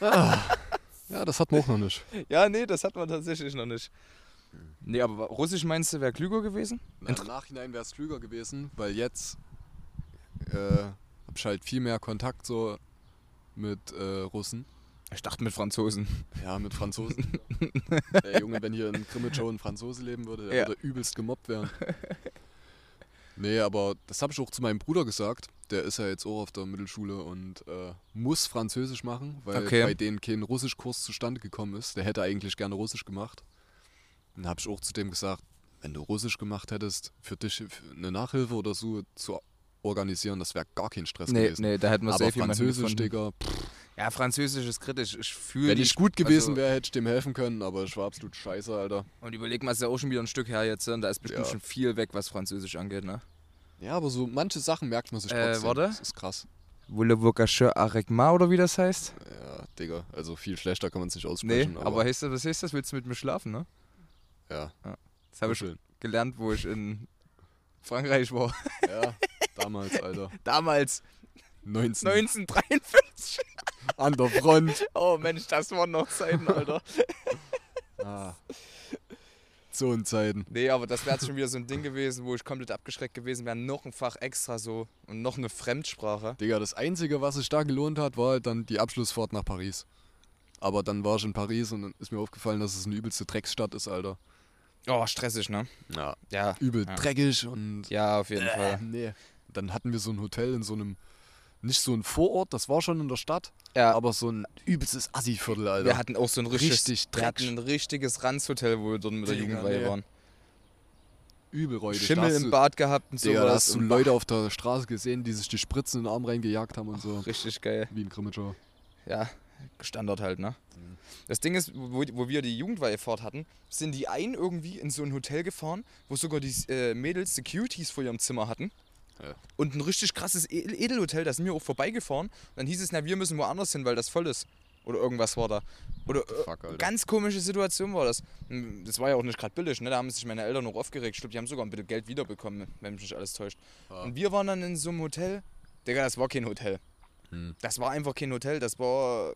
S3: Ah. Ja, das hat man auch noch nicht.
S2: ja, nee, das hat man tatsächlich noch nicht. Nee, aber wa- Russisch meinst du, wäre klüger gewesen?
S3: Na, Im Nachhinein wäre es klüger gewesen, weil jetzt äh, habe ich halt viel mehr Kontakt so mit äh, Russen.
S2: Ich dachte mit Franzosen.
S3: Ja, mit Franzosen. Ey, Junge, wenn hier in Krimitschau ein Franzose leben würde, der
S2: Ja.
S3: würde übelst gemobbt werden. Nee, aber das habe ich auch zu meinem Bruder gesagt. Der ist ja jetzt auch auf der Mittelschule und äh, muss Französisch machen, weil
S2: Okay.
S3: bei denen kein Russischkurs zustande gekommen ist. Der hätte eigentlich gerne Russisch gemacht. Dann habe ich auch zu dem gesagt, wenn du Russisch gemacht hättest, für dich eine Nachhilfe oder so zu organisieren, das wäre gar kein Stress
S2: Nee, eh
S3: gewesen.
S2: nee, da hätten wir
S3: aber
S2: sehr viel
S3: Französisch, Digga, pff,
S2: Ja, Französisch ist kritisch. Ich fühle
S3: wenn
S2: dich.
S3: ich gut gewesen
S2: also-
S3: wäre, hätte ich dem helfen können, aber ich war absolut scheiße, Alter.
S2: Und überleg mal, es ist ja auch schon wieder ein Stück her jetzt. Und da ist bestimmt
S3: Ja.
S2: schon viel weg, was Französisch angeht, ne?
S3: Ja, aber so manche Sachen merkt man sich
S2: Äh,
S3: trotzdem.
S2: warte.
S3: Das ist krass.
S2: Voulez-vous Aregma oder wie das heißt?
S3: Ja, Digga. Also viel schlechter kann man es nicht
S2: Nee,
S3: aussprechen.
S2: aber, heißt das, was heißt das? Willst du mit mir schlafen, ne?
S3: ja,
S2: Das habe ich
S3: schön.
S2: gelernt, wo ich in Frankreich war.
S3: Ja, damals, Alter.
S2: Damals,
S3: 19.
S2: 1953.
S3: An der Front.
S2: Oh Mensch, das waren noch Zeiten, Alter.
S3: Ah. So in Zeiten.
S2: Nee, aber das wäre jetzt schon wieder so ein Ding gewesen, wo ich komplett abgeschreckt gewesen wäre. Noch ein Fach extra so und noch eine Fremdsprache.
S3: Digga, das Einzige, was sich da gelohnt hat, war halt dann die Abschlussfahrt nach Paris. Aber dann war ich in Paris und dann ist mir aufgefallen, dass es eine übelste Drecksstadt ist, Alter.
S2: Oh, stressig, ne?
S3: Ja.
S2: Ja.
S3: Übel
S2: Ja.
S3: dreckig und
S2: Ja, auf jeden Fall.
S3: Äh, Nee. Dann hatten wir so ein Hotel in so einem, nicht so ein Vorort, das war schon in der Stadt,
S2: Ja.
S3: aber so ein übelstes Assi-Viertel, Alter.
S2: Wir hatten auch so ein richtiges,
S3: Richtig
S2: wir hatten ein
S3: Dreck.
S2: richtiges Ranzhotel, wo wir drin mit der
S3: Digga,
S2: Jugendweihe
S3: nee.
S2: waren.
S3: Übel räudig.
S2: Schimmel im Bad gehabt und
S3: So Digga, da
S2: sowas.
S3: hast du
S2: und
S3: Leute auf der Straße gesehen, die sich die Spritzen in den Arm reingejagt haben und so.
S2: richtig geil.
S3: Wie ein Krimitschau.
S2: Ja, Standard halt, ne? Das Ding ist, wo, wo wir die Jugendweihefahrt hatten, sind die einen irgendwie in so ein Hotel gefahren, wo sogar die äh, Mädels Securities vor ihrem Zimmer hatten.
S3: Ja.
S2: Und ein richtig krasses Edel Edelhotel, da sind wir auch vorbeigefahren. Und dann hieß es, na, wir müssen woanders hin, weil das voll ist. Oder irgendwas war da. Oder äh,
S3: Fuck, Alter.
S2: ganz komische Situation war das. Mm, Das war ja auch nicht gerade billig, ne? Da haben sich meine Eltern noch aufgeregt. Ich glaube, die haben sogar ein bisschen Geld wiederbekommen, wenn mich nicht alles täuscht. Und wir waren dann in so einem Hotel. Digga, das war kein Hotel. Das war einfach kein Hotel, das war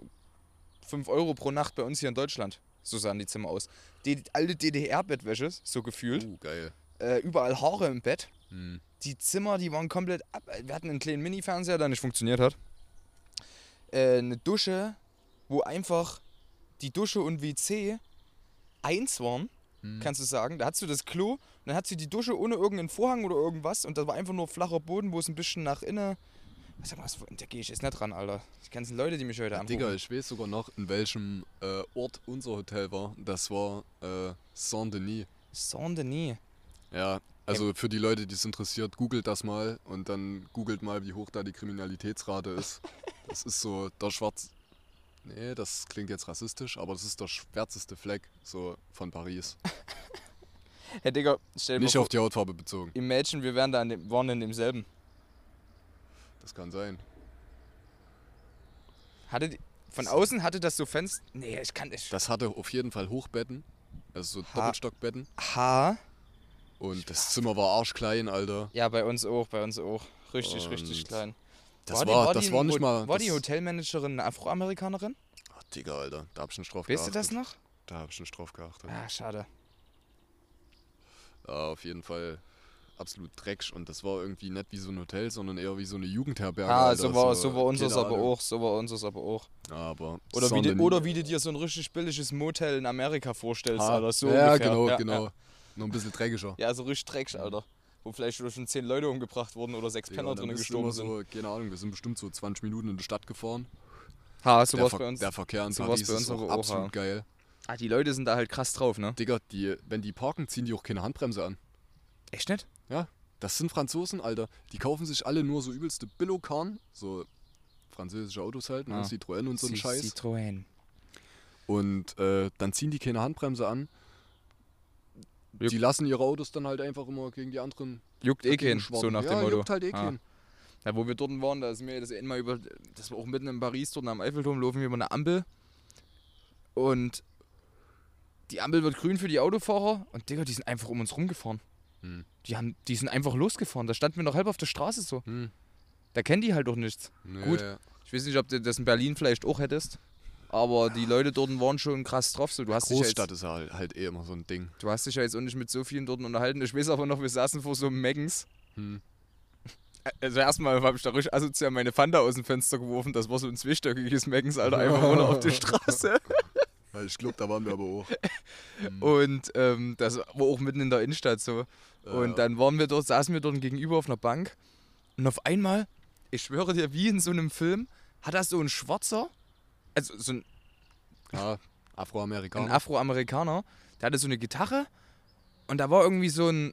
S2: 5 Euro pro Nacht bei uns hier in Deutschland. So sahen die Zimmer aus. Die alte DDR-Bettwäsche, so gefühlt.
S3: Uh, geil.
S2: Äh, überall Haare im Bett. Die Zimmer, die waren komplett ab. äh, Wir hatten einen kleinen Mini-Fernseher, der nicht funktioniert hat. Äh, eine Dusche, wo einfach die Dusche und WC eins waren, kannst du sagen. Da hattest du das Klo, und dann hattest du die Dusche ohne irgendeinen Vorhang oder irgendwas und da war einfach nur flacher Boden, wo es ein bisschen nach innen. Sag mal, was, da gehe ich jetzt nicht ran, Alter. Die ganzen Leute, die mich heute anrufen.
S3: Digga, ich weiß sogar noch, in welchem äh, Ort unser Hotel war. Das war äh, Saint-Denis.
S2: Saint-Denis.
S3: Ja, also für die Leute, die es interessiert, googelt das mal und dann googelt mal, wie hoch da die Kriminalitätsrate ist. Das ist so der schwarz. Nee, das klingt jetzt rassistisch, aber das ist der schwärzeste Fleck so von Paris.
S2: Hey, Digga, stell dir mal
S3: Nicht
S2: vor,
S3: auf die Hautfarbe bezogen.
S2: Imagine, wir wären da an dem, waren in demselben.
S3: Das kann sein.
S2: Hatte die, von außen hatte das so Fenster. Nee, ich kann nicht.
S3: Das hatte auf jeden Fall Hochbetten, also so
S2: Ha.
S3: Doppelstockbetten.
S2: H.
S3: Und das Zimmer war arschklein, Alter.
S2: Ja, bei uns auch, bei uns auch. Richtig, richtig
S3: Und
S2: klein.
S3: Das war, das
S2: ein
S3: war nicht
S2: Ho-
S3: mal.
S2: War
S3: das,
S2: die Hotelmanagerin eine Afroamerikanerin?
S3: Ach, Digga, Alter, da hab ich nicht drauf
S2: Weißt du
S3: geachtet.
S2: das noch?
S3: Da hab ich nicht drauf geachtet.
S2: Ah, schade.
S3: Ja, auf jeden Fall absolut dreckig und das war irgendwie nicht wie so ein Hotel, sondern eher wie so eine Jugendherberge.
S2: ah,
S3: Alter, Also,
S2: so war, so war unseres
S3: keine
S2: aber
S3: Ahnung.
S2: auch, so war unseres aber auch.
S3: Aber
S2: Oder wie, du,
S3: sondern-
S2: oder wie du dir so ein richtig billiges Motel in Amerika vorstellst,
S3: Ah,
S2: Alter. So
S3: ja,
S2: ungefähr.
S3: genau,
S2: ja,
S3: genau.
S2: Ja.
S3: Nur ein bisschen dreckiger.
S2: ja, so richtig dreckig, Alter. Wo vielleicht schon zehn Leute umgebracht wurden oder sechs
S3: Digga,
S2: Penner
S3: und dann
S2: drinnen
S3: bist du immer
S2: gestorben sind.
S3: So, keine Ahnung, wir sind bestimmt so 20 Minuten in die Stadt gefahren.
S2: Ha, so
S3: Der,
S2: war's
S3: Ver
S2: bei uns.
S3: der Verkehr in
S2: so war's
S3: Paris
S2: bei uns
S3: ist
S2: aber
S3: auch
S2: auch,
S3: absolut
S2: ja.
S3: geil.
S2: Ah, die Leute sind da halt krass drauf, ne?
S3: Digga, die, wenn die parken, ziehen die auch keine Handbremse an.
S2: Echt nicht?
S3: Ja, das sind Franzosen, Alter. Die kaufen sich alle nur so übelste Billokarren, so französische Autos halt, ne?
S2: Ah.
S3: Citroën und so ein
S2: Ci-
S3: Scheiß.
S2: Citroën.
S3: Und äh, dann ziehen die keine Handbremse an.
S2: Jupp.
S3: Die lassen ihre Autos dann halt einfach immer gegen die anderen.
S2: Juckt eh
S3: dagegen
S2: keinen,
S3: schwarren.
S2: so nach
S3: ja,
S2: dem Motto.
S3: Juckt halt eh
S2: Ah.
S3: keinen.
S2: Ja, wo wir dort waren, da ist mir das einmal über. Das war auch mitten in Paris, dort am Eiffelturm laufen wir über eine Ampel. Und die Ampel wird grün für die Autofahrer und Digga, die sind einfach um uns rumgefahren.
S3: Hm.
S2: Die, haben, die sind einfach losgefahren. Da standen wir noch halb auf der Straße so.
S3: Hm.
S2: Da kennen die halt auch nichts.
S3: Nee,
S2: Gut.
S3: ja.
S2: Ich weiß nicht, ob du das in Berlin vielleicht auch hättest. Aber die Leute dort waren schon krass drauf. So, du, hast dich ja
S3: Großstadt
S2: jetzt,
S3: ist halt, halt eh immer so ein Ding.
S2: du hast dich ja jetzt auch nicht mit so vielen dort unterhalten. Ich weiß aber noch, wir saßen vor so einem Meggans.
S3: Hm.
S2: Also erstmal habe ich da richtig asozial meine Fanta aus dem Fenster geworfen. Das war so ein zweistöckiges Meggans, Alter, einfach runter auf die Straße.
S3: Weil ich glaube, da waren wir aber auch. Hm.
S2: Und ähm, das war auch mitten in der Innenstadt so.
S3: ja.
S2: Und dann waren wir dort, saßen wir dort gegenüber auf einer Bank. Und auf einmal, ich schwöre dir, wie in so einem Film, hat das so ein Schwarzer, also so ein,
S3: Ja,
S2: ein
S3: Afroamerikaner.
S2: Afroamerikaner, der hatte so eine Gitarre. Und da war irgendwie so ein,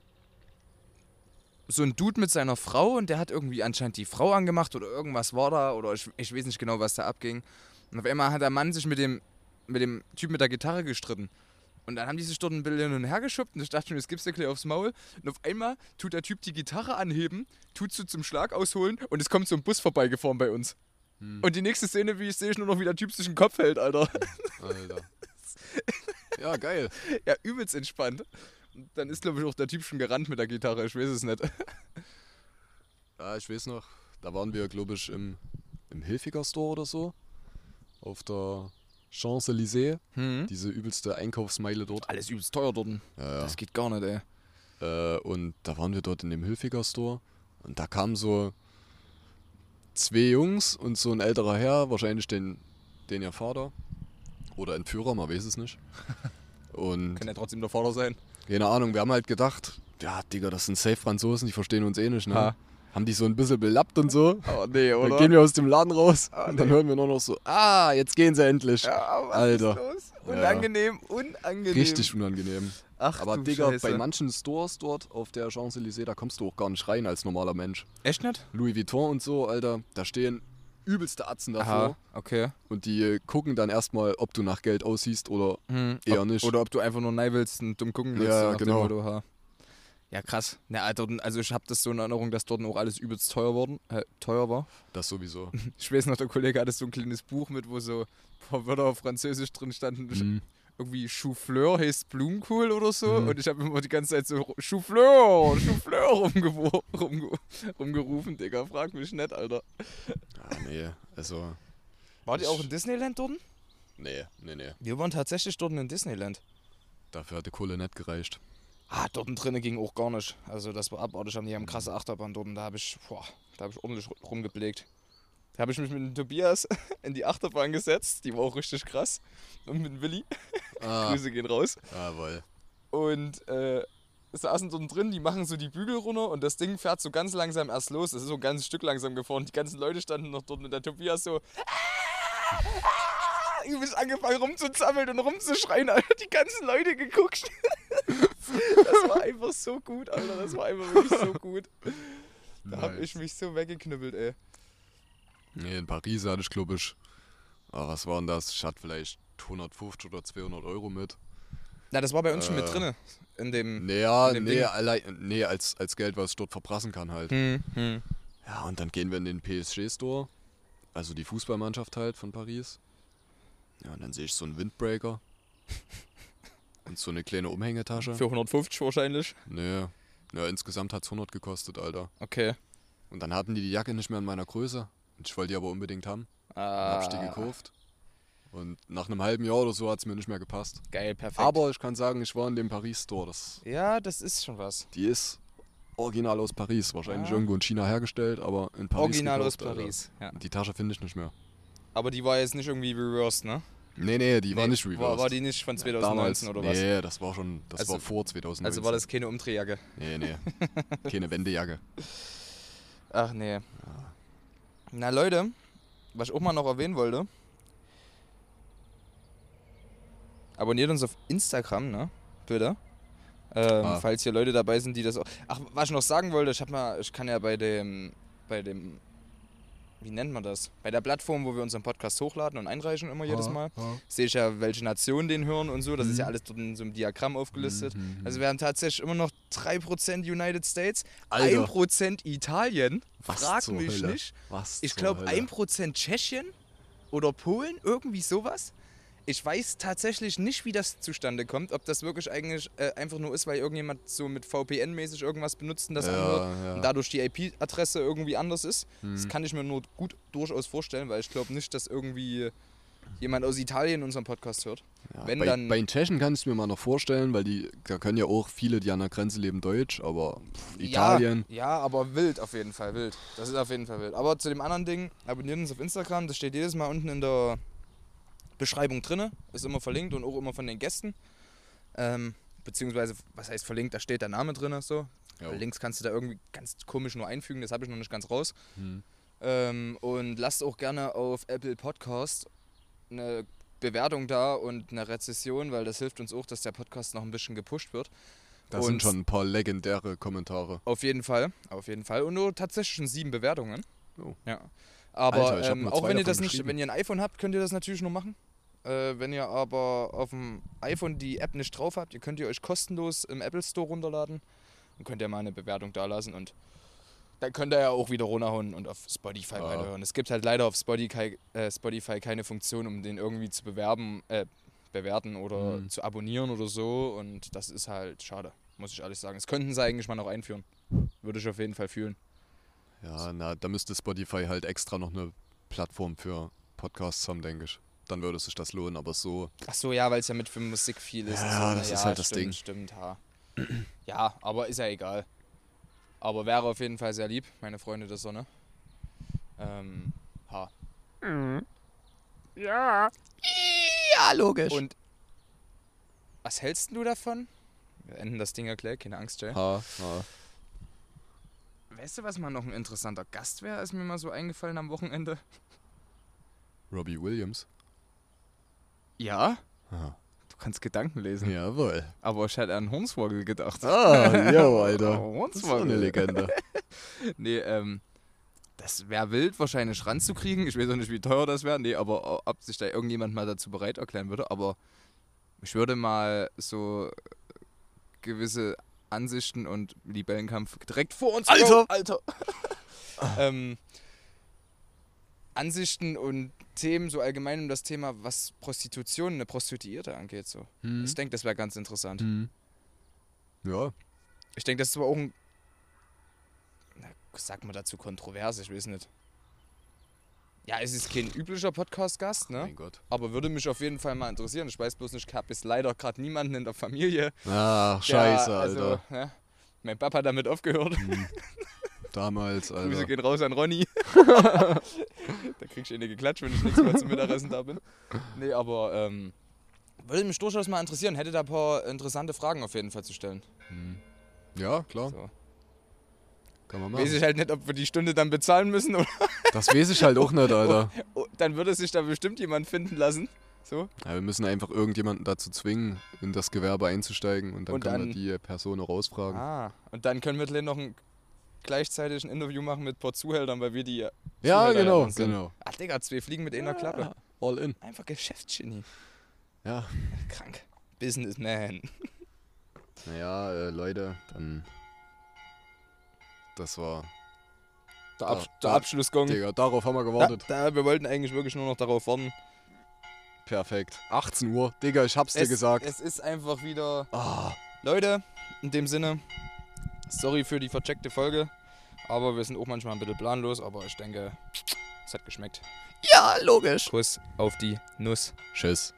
S2: so ein Dude mit seiner Frau und der hat irgendwie anscheinend die Frau angemacht oder irgendwas war da oder ich, ich weiß nicht genau, was da abging. Und auf einmal hat der Mann sich mit dem, mit dem Typ mit der Gitarre gestritten. Und dann haben die sich dort ein bisschen hin und her geschubbt und ich dachte schon, jetzt gibst du gleich aufs Maul. Und auf einmal tut der Typ die Gitarre anheben, tut sie zum Schlag ausholen und es kommt so ein Bus vorbeigefahren bei uns. Und die nächste Szene, wie ich sehe, ich nur noch, wie der Typ sich den Kopf hält, Alter.
S3: Alter. Ja, geil.
S2: Ja, übelst entspannt. Und Dann ist, glaube ich, auch der Typ schon gerannt mit der Gitarre, ich weiß es nicht.
S3: Ja, ich weiß noch, da waren wir, glaube ich, im, im Hilfiger Store oder so. Auf der Champs-Élysées.
S2: Hm.
S3: Diese übelste Einkaufsmeile dort.
S2: Alles übelst teuer dort.
S3: Ja, ja.
S2: Das geht gar nicht, ey.
S3: Äh, und da waren wir dort in dem Hilfiger Store. Und da kamen so zwei Jungs und so ein älterer Herr, wahrscheinlich den, den ihr Vater. Oder Entführer, man weiß es nicht. Und
S2: Kann ja trotzdem der Vater sein.
S3: keine Ahnung, wir haben halt gedacht, ja, Digga, das sind safe Franzosen, die verstehen uns eh nicht, ne?
S2: Ha.
S3: Haben die so ein bisschen belappt und so.
S2: Oh, nee,
S3: Dann gehen wir aus dem Laden raus und dann hören wir nur noch so, ah, jetzt gehen sie endlich.
S2: Ah,
S3: Alter,
S2: Unangenehm, unangenehm.
S3: richtig unangenehm.
S2: Ach,
S3: Aber
S2: du
S3: Digga,
S2: Scheiße.
S3: bei manchen Stores dort auf der Champs-Élysées, da kommst du auch gar nicht rein als normaler Mensch.
S2: Echt nicht?
S3: Louis Vuitton und so, Alter, da stehen übelste Atzen davor
S2: okay.
S3: und die gucken dann erstmal, ob du nach Geld aussiehst oder
S2: Hm,
S3: eher
S2: ob,
S3: nicht.
S2: Oder ob du einfach nur nein willst und dumm gucken willst.
S3: Ja,
S2: so nach
S3: genau.
S2: Dem Motto, ha. Ja, krass. Na, Alter, also ich habe das so in Erinnerung, dass dort auch alles übelst teuer, worden, äh, teuer war.
S3: das sowieso.
S2: Ich weiß noch, der Kollege hatte so ein kleines Buch mit, wo so ein paar Wörter auf Französisch drin standen.
S3: Mhm.
S2: Irgendwie Chouffleur heißt Blumenkohl oder so. Und ich habe immer die ganze Zeit so ru- Chouffleur, Chouffleur rumgewor- rumge rumgerufen, Digga. Frag mich nicht, Alter.
S3: Ah, nee, also,
S2: Wart
S3: ihr auch in
S2: Disneyland dort?
S3: nee, nee, nee.
S2: Wir waren tatsächlich dort in Disneyland.
S3: Dafür hat die Kohle nicht gereicht.
S2: Ah, dort drinnen ging auch gar nicht. Also das war abartig. Die haben krasse Achterbahn dort. Da habe ich, boah, da habe ich ordentlich ru- rumgeblägt. Da habe ich mich mit dem Tobias in die Achterbahn gesetzt. Die war auch richtig krass. Und mit dem Willi.
S3: Ah,
S2: Grüße gehen raus.
S3: jawohl.
S2: und äh, saßen dort drin, die machen so die Bügel runter und das Ding fährt so ganz langsam erst los. Es ist so ein ganzes Stück langsam gefahren. Die ganzen Leute standen noch dort und der Tobias so. "Ah, ah", Übelst angefangen rumzuzappeln und rumzuschreien, Alter. Die ganzen Leute geguckt. Das war einfach so gut, Alter. Das war einfach wirklich so gut. Da hab
S3: Nice.
S2: ich mich so weggeknüppelt, ey.
S3: Nee, in Paris hatte ich, glaube ich, ah, was waren das? Ich hatte vielleicht 150 oder 200 Euro mit.
S2: Na, das war bei uns schon
S3: Äh.
S2: mit drinne. In dem.
S3: Naja,
S2: In dem
S3: nee,
S2: Ding.
S3: allein, nee als, als Geld, was ich dort verprassen kann halt.
S2: Hm, hm.
S3: Ja, und dann gehen wir in den PSG-Store, also die Fußballmannschaft halt von Paris. Ja, und dann sehe ich so einen Windbreaker und so eine kleine Umhängetasche.
S2: Für 150 wahrscheinlich.
S3: nee, ja, insgesamt hat es 100 gekostet, Alter.
S2: Okay.
S3: Und dann hatten die die Jacke nicht mehr in meiner Größe. Und ich wollte die aber unbedingt haben.
S2: Ah,
S3: Dann hab ich die gekauft. Und nach einem halben Jahr oder so hat es mir nicht mehr gepasst.
S2: Geil, perfekt.
S3: Aber ich kann sagen, ich war in dem Paris-Store. Das-
S2: Ja, das ist schon was.
S3: Die ist original aus Paris. Wahrscheinlich
S2: Ah.
S3: irgendwo in China hergestellt, aber in Paris.
S2: Original aus
S3: gekauft, Alter.
S2: Paris. Ja.
S3: Die Tasche finde ich nicht mehr.
S2: Aber die war jetzt nicht irgendwie reversed, ne?
S3: Nee, nee, die war nicht reversed.
S2: War, war die nicht von 2019 oder was?
S3: Nee, das war schon, das
S2: Also-
S3: war vor 2019.
S2: Also war das keine Umdrehjacke.
S3: Nee, nee, keine Wendejacke.
S2: Ach nee. Na Leute, was ich auch mal noch erwähnen wollte. Abonniert uns auf Instagram, ne? Bitte. Ähm,
S3: Ah.
S2: Falls hier Leute dabei sind, die das auch. Ach, was ich noch sagen wollte, ich hab mal, ich kann ja bei dem, bei dem wie nennt man das? Bei der Plattform, wo wir unseren Podcast hochladen und einreichen immer jedes
S3: Ja,
S2: Mal,
S3: ja.
S2: sehe ich ja, welche Nation den hören und so. Das
S3: Mhm.
S2: ist ja alles dort in so einem Diagramm aufgelistet. Also wir haben tatsächlich immer noch 3% United States,
S3: Alter.
S2: 1% Italien,
S3: Was
S2: frag
S3: zur
S2: mich
S3: Hölle?
S2: nicht.
S3: Was
S2: Ich
S3: zur
S2: glaube
S3: Hölle?
S2: 1% Tschechien oder Polen, irgendwie sowas. Ich weiß tatsächlich nicht, wie das zustande kommt, ob das wirklich eigentlich äh, einfach nur ist, weil irgendjemand so mit VPN-mäßig irgendwas benutzt und das
S3: Ja,
S2: anhört
S3: ja. Hm.
S2: und dadurch die IP-Adresse irgendwie anders ist. Das kann ich mir nur gut durchaus vorstellen, weil ich glaube nicht, dass irgendwie jemand aus Italien unseren Podcast hört.
S3: Ja,
S2: Wenn
S3: Ah, bei,
S2: dann
S3: bei den Tschechen kann ich es mir mal noch vorstellen, weil die, da können ja auch viele, die an der Grenze leben, Deutsch, aber pff, Italien.
S2: Ja, ja, aber wild auf jeden Fall, wild. Das ist auf jeden Fall wild. Aber zu dem anderen Ding, abonniert uns auf Instagram, das steht jedes Mal unten in der Beschreibung drinne, ist immer verlinkt und auch immer von den Gästen. Ähm, beziehungsweise, was heißt verlinkt, da steht der Name drinne so.
S3: Jo.
S2: Links kannst du da irgendwie ganz komisch nur einfügen, das habe ich noch nicht ganz raus.
S3: Hm.
S2: Ähm, und lasst auch gerne auf Apple Podcast eine Bewertung da und eine Rezession, weil das hilft uns auch, dass der Podcast noch ein bisschen gepusht wird.
S3: Da sind
S2: und-
S3: schon ein paar legendäre Kommentare.
S2: Auf jeden Fall, auf jeden Fall. Und nur tatsächlich schon sieben Bewertungen.
S3: Oh.
S2: Ja. Aber
S3: Alter, ich hab
S2: ähm,
S3: nur
S2: auch
S3: zwei
S2: wenn ihr
S3: davon
S2: das nicht,
S3: geschrieben.
S2: wenn ihr ein iPhone habt, könnt ihr das natürlich nur machen. Äh, wenn ihr aber auf dem iPhone die App nicht drauf habt, ihr könnt ihr euch kostenlos im Apple Store runterladen und könnt ihr mal eine Bewertung da lassen und dann könnt ihr ja auch wieder runterhauen und auf Spotify
S3: Ja.
S2: weiterhören. Es gibt halt leider auf Spotify, äh, Spotify keine Funktion, um den irgendwie zu bewerben, äh, bewerten oder zu abonnieren oder so und das ist halt schade, muss ich ehrlich sagen. Das könnten sie eigentlich mal noch einführen. Würde ich auf jeden Fall fühlen.
S3: Ja, na, da müsste Spotify halt extra noch eine Plattform für Podcasts haben, denke ich. Dann würde sich das lohnen, aber so.
S2: Ach so, ja, weil es ja mit für Musik viel ist. und
S3: Ja,
S2: so.
S3: das
S2: Na
S3: ist
S2: ja,
S3: halt das
S2: stimmt,
S3: Ding.
S2: Stimmt, ja. ja, aber ist ja egal. Aber wäre auf jeden Fall sehr lieb, meine Freunde der Sonne. Ähm, ha.
S3: Ja, logisch.
S2: Und was hältst du davon? Wir enden das Ding ja gleich, keine Angst, Jay.
S3: ha, ha.
S2: Weißt du, was mal noch ein interessanter Gast wäre, ist mir mal so eingefallen am Wochenende?
S3: Robbie Williams.
S2: Ja?
S3: Aha.
S2: Du kannst Gedanken lesen.
S3: Jawohl.
S2: Aber ich hätte an Hornswoggle gedacht.
S3: Ah, yo, Alter.
S2: Oh, uns
S3: das ist doch eine
S2: mal.
S3: Legende.
S2: Nee, ähm, das wäre wild wahrscheinlich ranzukriegen. Ich weiß auch nicht, wie teuer das wäre. Nee, aber äh, ob sich da irgendjemand mal dazu bereit erklären würde. Aber ich würde mal so gewisse Ansichten und Libellenkampf direkt vor uns.
S3: Alter!
S2: Oh, Alter! ähm, Ansichten und Themen so allgemein um das Thema, was Prostitution, eine Prostituierte angeht. So.
S3: Hm.
S2: Ich denke, das wäre ganz interessant.
S3: Ja,
S2: Ich denke, das ist aber auch ein. Na, sag mal dazu kontrovers, ich weiß nicht. Ja, es ist kein üblicher Podcast-Gast, ne?
S3: mein Gott.
S2: Aber würde mich auf jeden Fall mal interessieren. Ich weiß bloß nicht, ich habe jetzt leider gerade niemanden in der Familie.
S3: Ach,
S2: der-
S3: scheiße,
S2: also,
S3: Alter.
S2: ne? Mein Papa hat damit aufgehört.
S3: Damals,
S2: Grüße
S3: Alter.
S2: gehen raus an Ronny. da krieg ich eine geklatscht, wenn ich nächstes Mal zum Mittagessen da bin. Nee, aber ähm, würde mich durchaus mal interessieren. Hätte da ein paar interessante Fragen auf jeden Fall zu stellen.
S3: Ja, klar.
S2: So.
S3: Kann man
S2: Weiß
S3: machen.
S2: ich halt nicht, ob wir die Stunde dann bezahlen müssen oder
S3: Das weiß ich halt auch nicht, Alter.
S2: Oh, dann würde sich da bestimmt jemand finden lassen. So.
S3: Ja, wir müssen einfach irgendjemanden dazu zwingen, in das Gewerbe einzusteigen und dann
S2: Und
S3: kann
S2: dann-
S3: man die Person noch rausfragen.
S2: Ah. Und dann können wir gleich noch ein gleichzeitig ein Interview machen mit ein paar Zuhältern, weil wir die
S3: ja,
S2: Zuhälter
S3: genau,
S2: dann sind.
S3: genau.
S2: Ach Digga, zwei fliegen mit einer Klappe.
S3: All in.
S2: Einfach Geschäftsgenie.
S3: Ja.
S2: Krank. Businessman.
S3: Naja, äh, Leute, dann. Das war.
S2: Der,
S3: Ab-
S2: der
S3: da-
S2: Abschlussgong.
S3: Digga, darauf haben wir
S2: Da,
S3: gewartet.
S2: da, wir wollten eigentlich wirklich nur noch darauf warten.
S3: Perfekt. 18 Uhr. Digga, ich hab's dir gesagt.
S2: es ist einfach wieder.
S3: ah,
S2: Leute, in dem Sinne, sorry für die vercheckte Folge. Aber wir sind auch manchmal ein bisschen planlos, aber ich denke, es hat geschmeckt.
S3: ja, logisch.
S2: Kuss auf die Nuss.
S3: Tschüss.